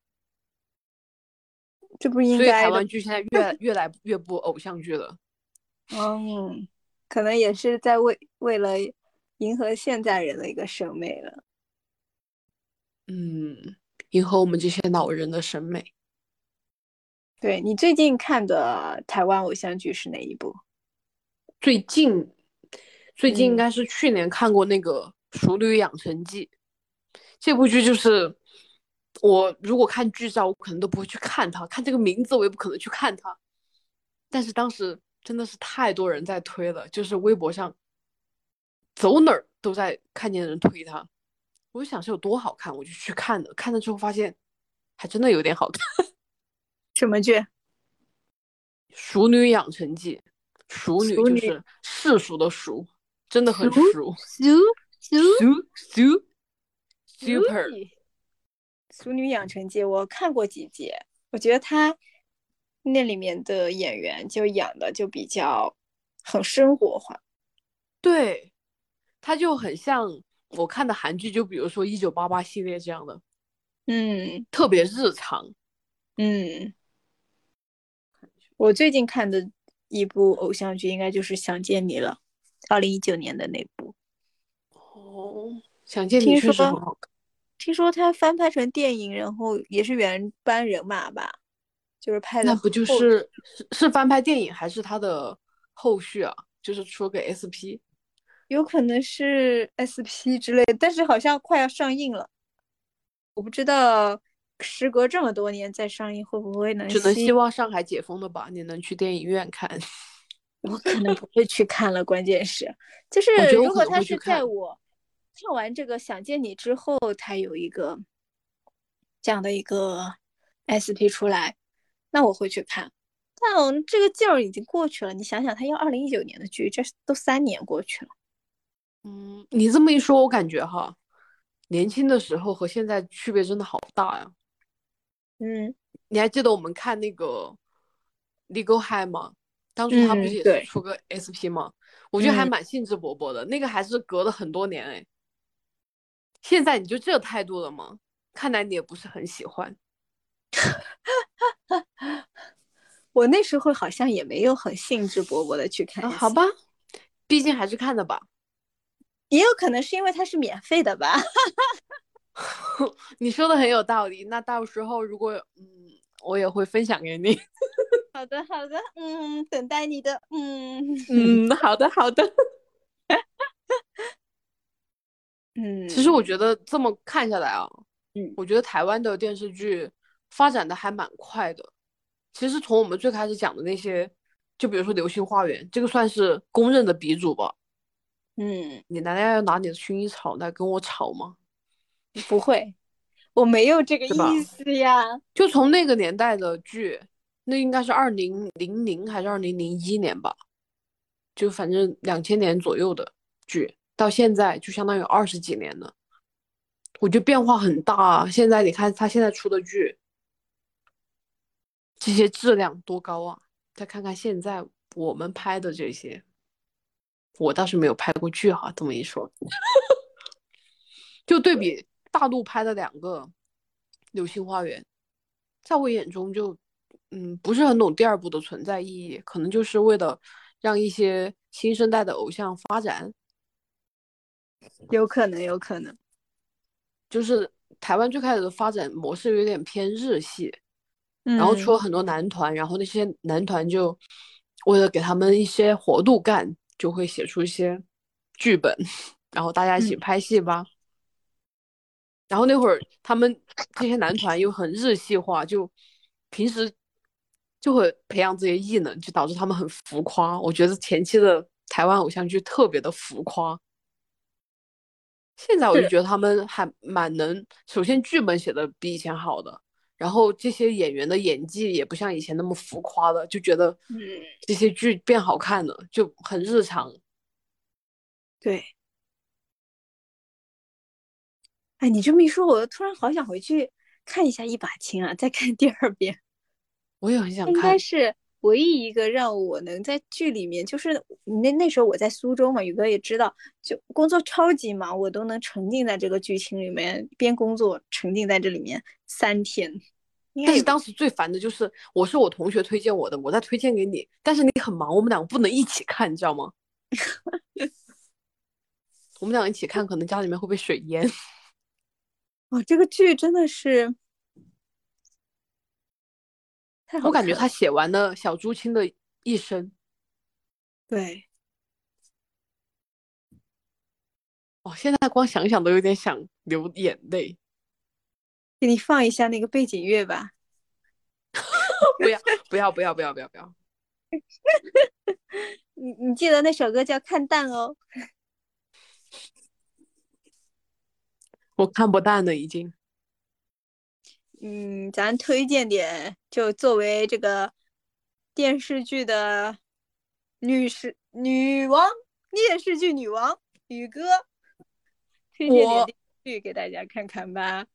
[SPEAKER 4] 这不应
[SPEAKER 1] 所以台
[SPEAKER 4] 该的
[SPEAKER 1] 湾，剧现在越来越来越不偶像剧了。
[SPEAKER 4] 嗯，可能也是在为为了迎合现在人的一个审美了。
[SPEAKER 1] 嗯，迎合我们这些老人的审美。
[SPEAKER 4] 对你最近看的台湾偶像剧是哪一部？
[SPEAKER 1] 最近，最近应
[SPEAKER 4] 嗯
[SPEAKER 1] 该是去年看过那个《熟女养成记》，这部剧就是我如果看剧照，我可能都不会去看它，看这个名字我也不可能去看它。但是当时真的是太多人在推了，就是微博上走哪儿都在看见人推它，我就想是有多好看，我就去看了。看了之后发现，还真的有点好看。
[SPEAKER 4] 什么剧？
[SPEAKER 1] 《熟女养成记》，熟女
[SPEAKER 4] 熟
[SPEAKER 1] 就
[SPEAKER 4] 女
[SPEAKER 1] 是世俗的熟，真的很
[SPEAKER 4] 熟
[SPEAKER 1] 熟
[SPEAKER 4] 俗俗
[SPEAKER 1] ，su su super，
[SPEAKER 4] 《俗女养成记》，我看过几集，我觉得她那里面的演员就演的就比较很生活化。
[SPEAKER 1] 对，它就很像我看的韩剧，就比如说《一九八八》系列这样的，
[SPEAKER 4] 嗯
[SPEAKER 1] 特别日常。
[SPEAKER 4] 嗯，我最近看的一部偶像剧应该就是《想见你》了，二零一九年的那部。
[SPEAKER 1] 哦，想见你
[SPEAKER 4] 听
[SPEAKER 1] 确实
[SPEAKER 4] 说
[SPEAKER 1] 很好看。
[SPEAKER 4] 听说它翻拍成电影，然后也是原班人马吧，就是拍的。
[SPEAKER 1] 那不就是是是翻拍电影还是它的后续啊？就是说给 SP，
[SPEAKER 4] 有可能是 SP 之类的，但是好像快要上映了，我不知道时隔这么多年再上映会不会能
[SPEAKER 1] 只能
[SPEAKER 4] 吸
[SPEAKER 1] 希望上海解封了吧，你能去电影院看。
[SPEAKER 4] 我可能不会去看了，关键是就是
[SPEAKER 1] 我觉得我
[SPEAKER 4] 如
[SPEAKER 1] 可
[SPEAKER 4] 果
[SPEAKER 1] 能
[SPEAKER 4] 他
[SPEAKER 1] 会去
[SPEAKER 4] 是在
[SPEAKER 1] 看
[SPEAKER 4] 我看完这个《想见你》之后，他有一个这样的一个 SP 出来，那我会去看。但我这个劲儿已经过去了，你想想，他要二零一九年的剧，这都三年过去了。
[SPEAKER 1] 嗯，你这么一说，我感觉哈，年轻的时候和现在区别真的好大呀。
[SPEAKER 4] 嗯，
[SPEAKER 1] 你还记得我们看那个《Legal High》吗？当初他不
[SPEAKER 4] 嗯
[SPEAKER 1] 是也
[SPEAKER 4] 对
[SPEAKER 1] 是出个 SP 吗？我觉得还
[SPEAKER 4] 嗯
[SPEAKER 1] 蛮兴致勃勃的，那个还是隔了很多年哎。现在你就这态度了吗？看来你也不是很喜欢。
[SPEAKER 4] 我那时候好像也没有很兴致勃勃的去看
[SPEAKER 1] 啊，
[SPEAKER 4] SP
[SPEAKER 1] 好吧，毕竟还是看的吧。
[SPEAKER 4] 也有可能是因为它是免费的吧？
[SPEAKER 1] 你说的很有道理，那到时候如果嗯，我也会分享给你。
[SPEAKER 4] 好的，好的，嗯，等待你的，嗯
[SPEAKER 1] 嗯，好的，好的。
[SPEAKER 4] [laughs] 嗯。
[SPEAKER 1] 其实我觉得这么看下来啊，
[SPEAKER 4] 嗯
[SPEAKER 1] 我觉得台湾的电视剧发展的还蛮快的。其实从我们最开始讲的那些，就比如说《流星花园》，这个算是公认的鼻祖吧。
[SPEAKER 4] 嗯
[SPEAKER 1] 你难道要拿你的薰衣草来跟我吵吗？
[SPEAKER 4] 不会，我没有这个
[SPEAKER 1] 是吧
[SPEAKER 4] 意思呀。
[SPEAKER 1] 就从那个年代的剧，那应该是二零零零还是二零零一年吧，就反正两千年左右的剧，到现在就相当于二十几年了，我觉得变化很大啊。现在你看他现在出的剧，这些质量多高啊！再看看现在我们拍的这些，我倒是没有拍过剧哈、这么一说，就对比大陆拍的两个《流星花园》，在我眼中就，嗯，不是很懂第二部的存在意义，可能就是为了让一些新生代的偶像发展。
[SPEAKER 4] 有可能，有可能。
[SPEAKER 1] 就是台湾最开始的发展模式有点偏日系，然后出
[SPEAKER 4] 嗯
[SPEAKER 1] 了很多男团，然后那些男团就为了给他们一些活路干，就会写出一些剧本，然后大家一起拍戏吧。然后那会儿他们这些男团又很日系化，就平时就会培养这些艺能，就导致他们很浮夸。我觉得前期的台湾偶像剧特别的浮夸。现在我就觉得他们还蛮能，首先剧本写的比以前好的，然后这些演员的演技也不像以前那么浮夸了，就觉得
[SPEAKER 4] 嗯
[SPEAKER 1] 这些剧变好看了，就很日常。
[SPEAKER 4] 对。哎，你这么一说，我突然好想回去看一下《一把青》啊，再看第二遍。
[SPEAKER 1] 我也很想
[SPEAKER 4] 应
[SPEAKER 1] 看
[SPEAKER 4] 该，是唯一一个让我能在剧里面，就是那那时候我在苏州嘛，宇哥也知道，就工作超级忙，我都能沉浸在这个剧情里面，边工作沉浸在这里面三天。应该
[SPEAKER 1] 但是
[SPEAKER 4] 有
[SPEAKER 1] 当时最烦的就是我是我同学推荐我的，我再推荐给你，但是你很忙，我们两个不能一起看，你知道吗？ [laughs] 我们俩一起看，可能家里面会被水淹。
[SPEAKER 4] 哇，这个剧真的是太好
[SPEAKER 1] 我感觉
[SPEAKER 4] 看
[SPEAKER 1] 他
[SPEAKER 4] 了
[SPEAKER 1] 写完了小朱青的一生，
[SPEAKER 4] 对
[SPEAKER 1] 哦，现在光想想都有点想流眼泪。
[SPEAKER 4] 给你放一下那个背景乐吧。
[SPEAKER 1] 不要不要不要不要不要不要！
[SPEAKER 4] 你你记得那首歌叫《看淡》哦。
[SPEAKER 1] 我看不淡了已经。
[SPEAKER 4] 嗯，咱推荐点，就作为这个电视剧的女士女王，电视剧女王宇哥，推荐点
[SPEAKER 1] 我
[SPEAKER 4] 电视剧给大家看看吧。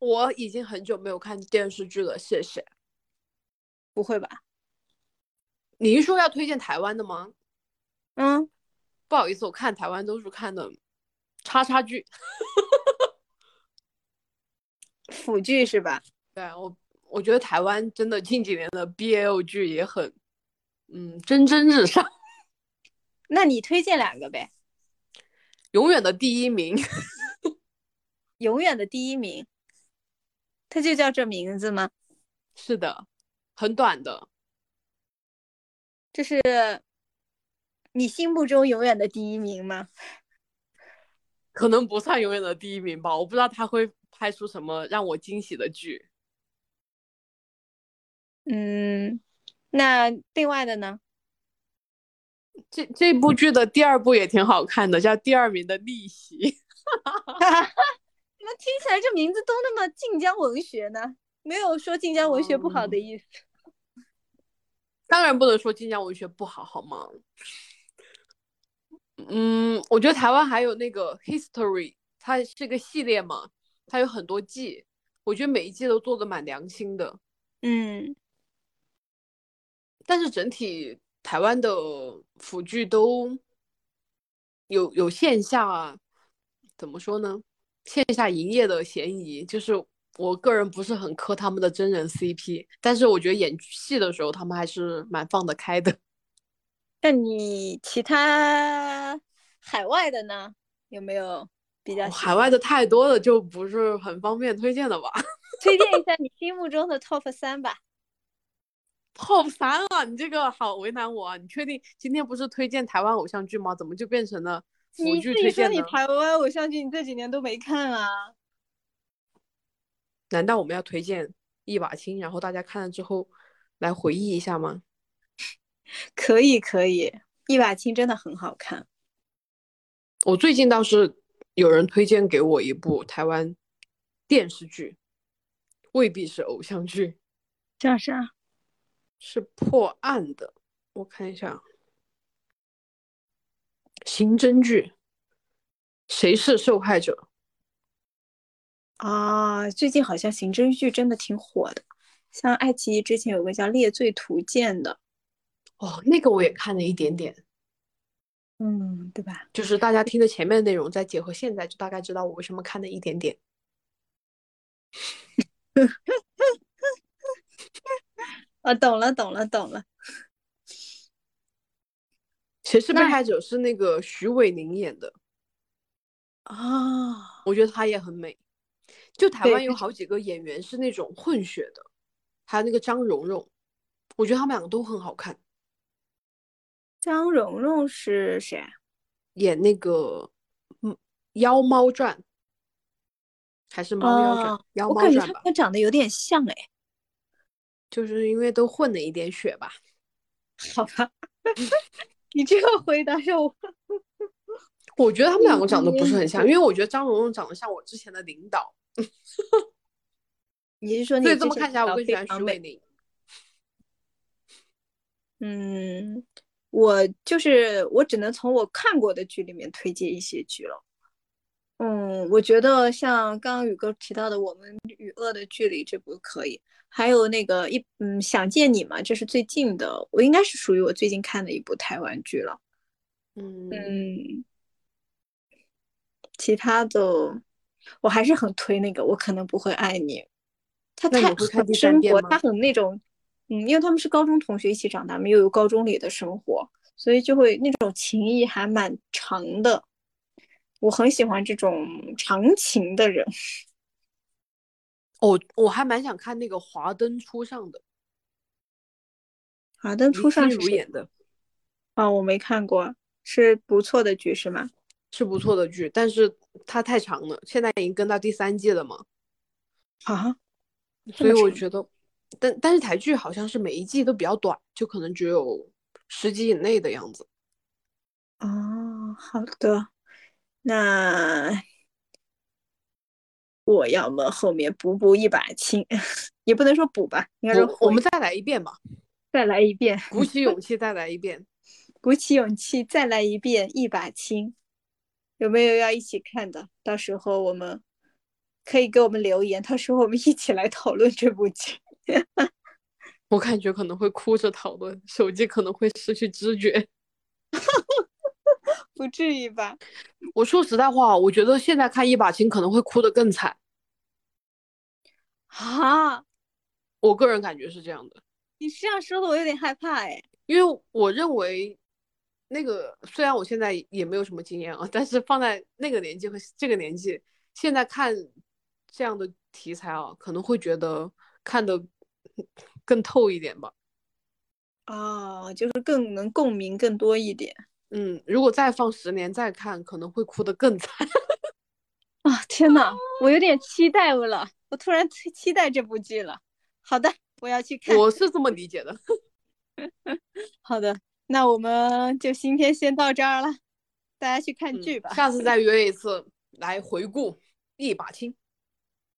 [SPEAKER 1] 我已经很久没有看电视剧了，谢谢。
[SPEAKER 4] 不会吧？
[SPEAKER 1] 你是说要推荐台湾的吗？
[SPEAKER 4] 嗯，
[SPEAKER 1] 不好意思，我看台湾都是看的叉叉剧。
[SPEAKER 4] 腐剧是吧？
[SPEAKER 1] 对我，我觉得台湾真的近几年的 BL 剧也很，嗯，蒸蒸日上，
[SPEAKER 4] 那你推荐两个呗。
[SPEAKER 1] 永远的第一名。 [laughs]
[SPEAKER 4] 永远的第一名，它就叫这名字吗？
[SPEAKER 1] 是的，很短的，
[SPEAKER 4] 这是你心目中永远的第一名吗？
[SPEAKER 1] 可能不算永远的第一名吧。我不知道他会拍出什么让我惊喜的剧。
[SPEAKER 4] 嗯，那另外的呢？
[SPEAKER 1] 这这部剧的第二部也挺好看的，叫《第二名的逆袭》。
[SPEAKER 4] 怎么 [laughs] 听起来这名字都那么晋江文学呢？没有说晋江文学不好的
[SPEAKER 1] 哦
[SPEAKER 4] 意思。
[SPEAKER 1] 当然不能说晋江文学不好，好吗？嗯，我觉得台湾还有那个 History，它是个系列嘛，它有很多季，我觉得每一季都做的蛮良心的。
[SPEAKER 4] 嗯，
[SPEAKER 1] 但是整体台湾的腐剧都有有线下怎么说呢？线下营业的嫌疑，就是我个人不是很磕他们的真人 CP，但是我觉得演戏的时候他们还是蛮放得开的。
[SPEAKER 4] 那你其他海外的呢？有没有比较
[SPEAKER 1] 哦
[SPEAKER 4] 喜
[SPEAKER 1] 海外的太多了，就不是很方便推荐了吧 [laughs]
[SPEAKER 4] 推荐一下你心目中的 top 三吧？
[SPEAKER 1] ？Top 三啊，你这个好为难我啊！你确定今天不是推荐台湾偶像剧吗？怎么就变成了腐
[SPEAKER 4] 你
[SPEAKER 1] 剧
[SPEAKER 4] 自
[SPEAKER 1] 推
[SPEAKER 4] 己说
[SPEAKER 1] 荐
[SPEAKER 4] 你
[SPEAKER 1] 呢？
[SPEAKER 4] 台湾偶像剧，你这几年都没看啊？
[SPEAKER 1] 难道我们要推荐一把青，然后大家看了之后来回忆一下吗？
[SPEAKER 4] 可以可以，一把青真的很好看。
[SPEAKER 1] 我最近倒是有人推荐给我一部台湾电视剧，未必是偶像剧，
[SPEAKER 4] 叫啥？
[SPEAKER 1] 是破案的。我看一下，啊刑侦剧，谁是受害者？
[SPEAKER 4] 啊，最近好像刑侦剧真的挺火的，像爱奇艺之前有个叫《猎罪图鉴》的，
[SPEAKER 1] 哦，那个我也看了一点点，
[SPEAKER 4] 嗯，对吧？
[SPEAKER 1] 就是大家听的前面的内容，再结合现在，就大概知道我为什么看了一点点。
[SPEAKER 4] 啊，懂了，懂了，懂了。
[SPEAKER 1] 谁是被
[SPEAKER 4] 那
[SPEAKER 1] 害者是那个徐伟宁演的，
[SPEAKER 4] 啊，
[SPEAKER 1] 我觉得她也很美。就台
[SPEAKER 4] 对
[SPEAKER 1] 湾有好几个演员是那种混血的，还有那个张蓉蓉，我觉得他们两个都很好看，
[SPEAKER 4] 张蓉蓉是谁啊？
[SPEAKER 1] 演那个嗯《妖猫传》还是《猫妖传》
[SPEAKER 4] 哦
[SPEAKER 1] 妖
[SPEAKER 4] 我
[SPEAKER 1] 猫
[SPEAKER 4] 感觉
[SPEAKER 1] 传》
[SPEAKER 4] 他
[SPEAKER 1] 吧，
[SPEAKER 4] 们长得有点像
[SPEAKER 1] [laughs]
[SPEAKER 4] 哎，
[SPEAKER 1] 就是因为都混了一点血吧。
[SPEAKER 4] 好吧，你这个回答让
[SPEAKER 1] [laughs]
[SPEAKER 4] 我
[SPEAKER 1] 我觉得他们两个长得不是很像，
[SPEAKER 4] 嗯
[SPEAKER 1] 因为我觉得张蓉蓉长得像我之前的领导，
[SPEAKER 4] 你是说你
[SPEAKER 1] 所以
[SPEAKER 4] 之
[SPEAKER 1] 这么
[SPEAKER 4] 前
[SPEAKER 1] 看起来，
[SPEAKER 4] 找
[SPEAKER 1] 我更喜
[SPEAKER 4] 非
[SPEAKER 1] 欢
[SPEAKER 4] 常
[SPEAKER 1] 徐
[SPEAKER 4] 美
[SPEAKER 1] 伟宁。
[SPEAKER 4] 嗯，我就是我只能从我看过的剧里面推荐一些剧了。嗯，我觉得像刚刚宇哥提到的《我们与恶的距离》这部可以，还有那个一嗯《想见你》嘛，这是最近的，我应该是属于我最近看的一部台湾剧了。
[SPEAKER 1] 嗯，
[SPEAKER 4] 嗯，其他的我还是很推那个《我可能不会爱你》，它
[SPEAKER 1] 那你
[SPEAKER 4] 太
[SPEAKER 1] 会看
[SPEAKER 4] 很
[SPEAKER 1] 第三
[SPEAKER 4] 生
[SPEAKER 1] 遍
[SPEAKER 4] 活，
[SPEAKER 1] 吗
[SPEAKER 4] 它很那种，嗯，因为他们是高中同学一起长大嘛，又有高中里的生活，所以就会那种情谊还蛮长的。我很喜欢这种长情的人，
[SPEAKER 1] 我哦我还蛮想看那个《华灯初上》的，
[SPEAKER 4] 华灯
[SPEAKER 1] 吴
[SPEAKER 4] 初上
[SPEAKER 1] 君
[SPEAKER 4] 是
[SPEAKER 1] 如
[SPEAKER 4] 谁
[SPEAKER 1] 演的，
[SPEAKER 4] 啊？我没看过，是不错的剧是吗？ [laughs]
[SPEAKER 1] 是不错的剧，但是它太长了，现在已经跟到第三季了嘛，
[SPEAKER 4] 啊，这
[SPEAKER 1] 所以
[SPEAKER 4] 么
[SPEAKER 1] 我
[SPEAKER 4] 长
[SPEAKER 1] 觉得，但但是台剧好像是每一季都比较短，就可能只有十集以内的样子。
[SPEAKER 4] 哦，好的，那我要么后面补补一把青， [laughs] 也不能说补吧，应该说
[SPEAKER 1] 我我
[SPEAKER 4] 回
[SPEAKER 1] 们再来一遍吧，
[SPEAKER 4] 再来一遍，
[SPEAKER 1] 鼓起勇气再来一遍。
[SPEAKER 4] 鼓起勇气再来一遍一把青。有没有要一起看的？到时候我们可以给我们留言，到时候我们一起来讨论这部剧。
[SPEAKER 1] 我感觉可能会哭着讨论，手机可能会失去知觉。
[SPEAKER 4] 不至于吧？
[SPEAKER 1] [laughs] 我说实在话，我觉得现在看一把青可能会哭得更惨，
[SPEAKER 4] 啊，
[SPEAKER 1] 我个人感觉是这样的。
[SPEAKER 4] 你这样说的我有点害怕哎。
[SPEAKER 1] 因为我认为，那个虽然我现在也没有什么经验啊，但是放在那个年纪和这个年纪，现在看这样的题材啊，可能会觉得看的更透一点吧。
[SPEAKER 4] 啊，就是更能共鸣更多一点
[SPEAKER 1] 嗯，如果再放十年再看，可能会哭得更惨。
[SPEAKER 4] 啊！天呐，我有点期待了，我突然期期待这部剧了。好的，我要去看。
[SPEAKER 1] 我是这么理解的。
[SPEAKER 4] 好的，那我们就今天先到这儿了，大家去看
[SPEAKER 1] 嗯
[SPEAKER 4] 剧吧。
[SPEAKER 1] 下次再约一次来回顾一把青。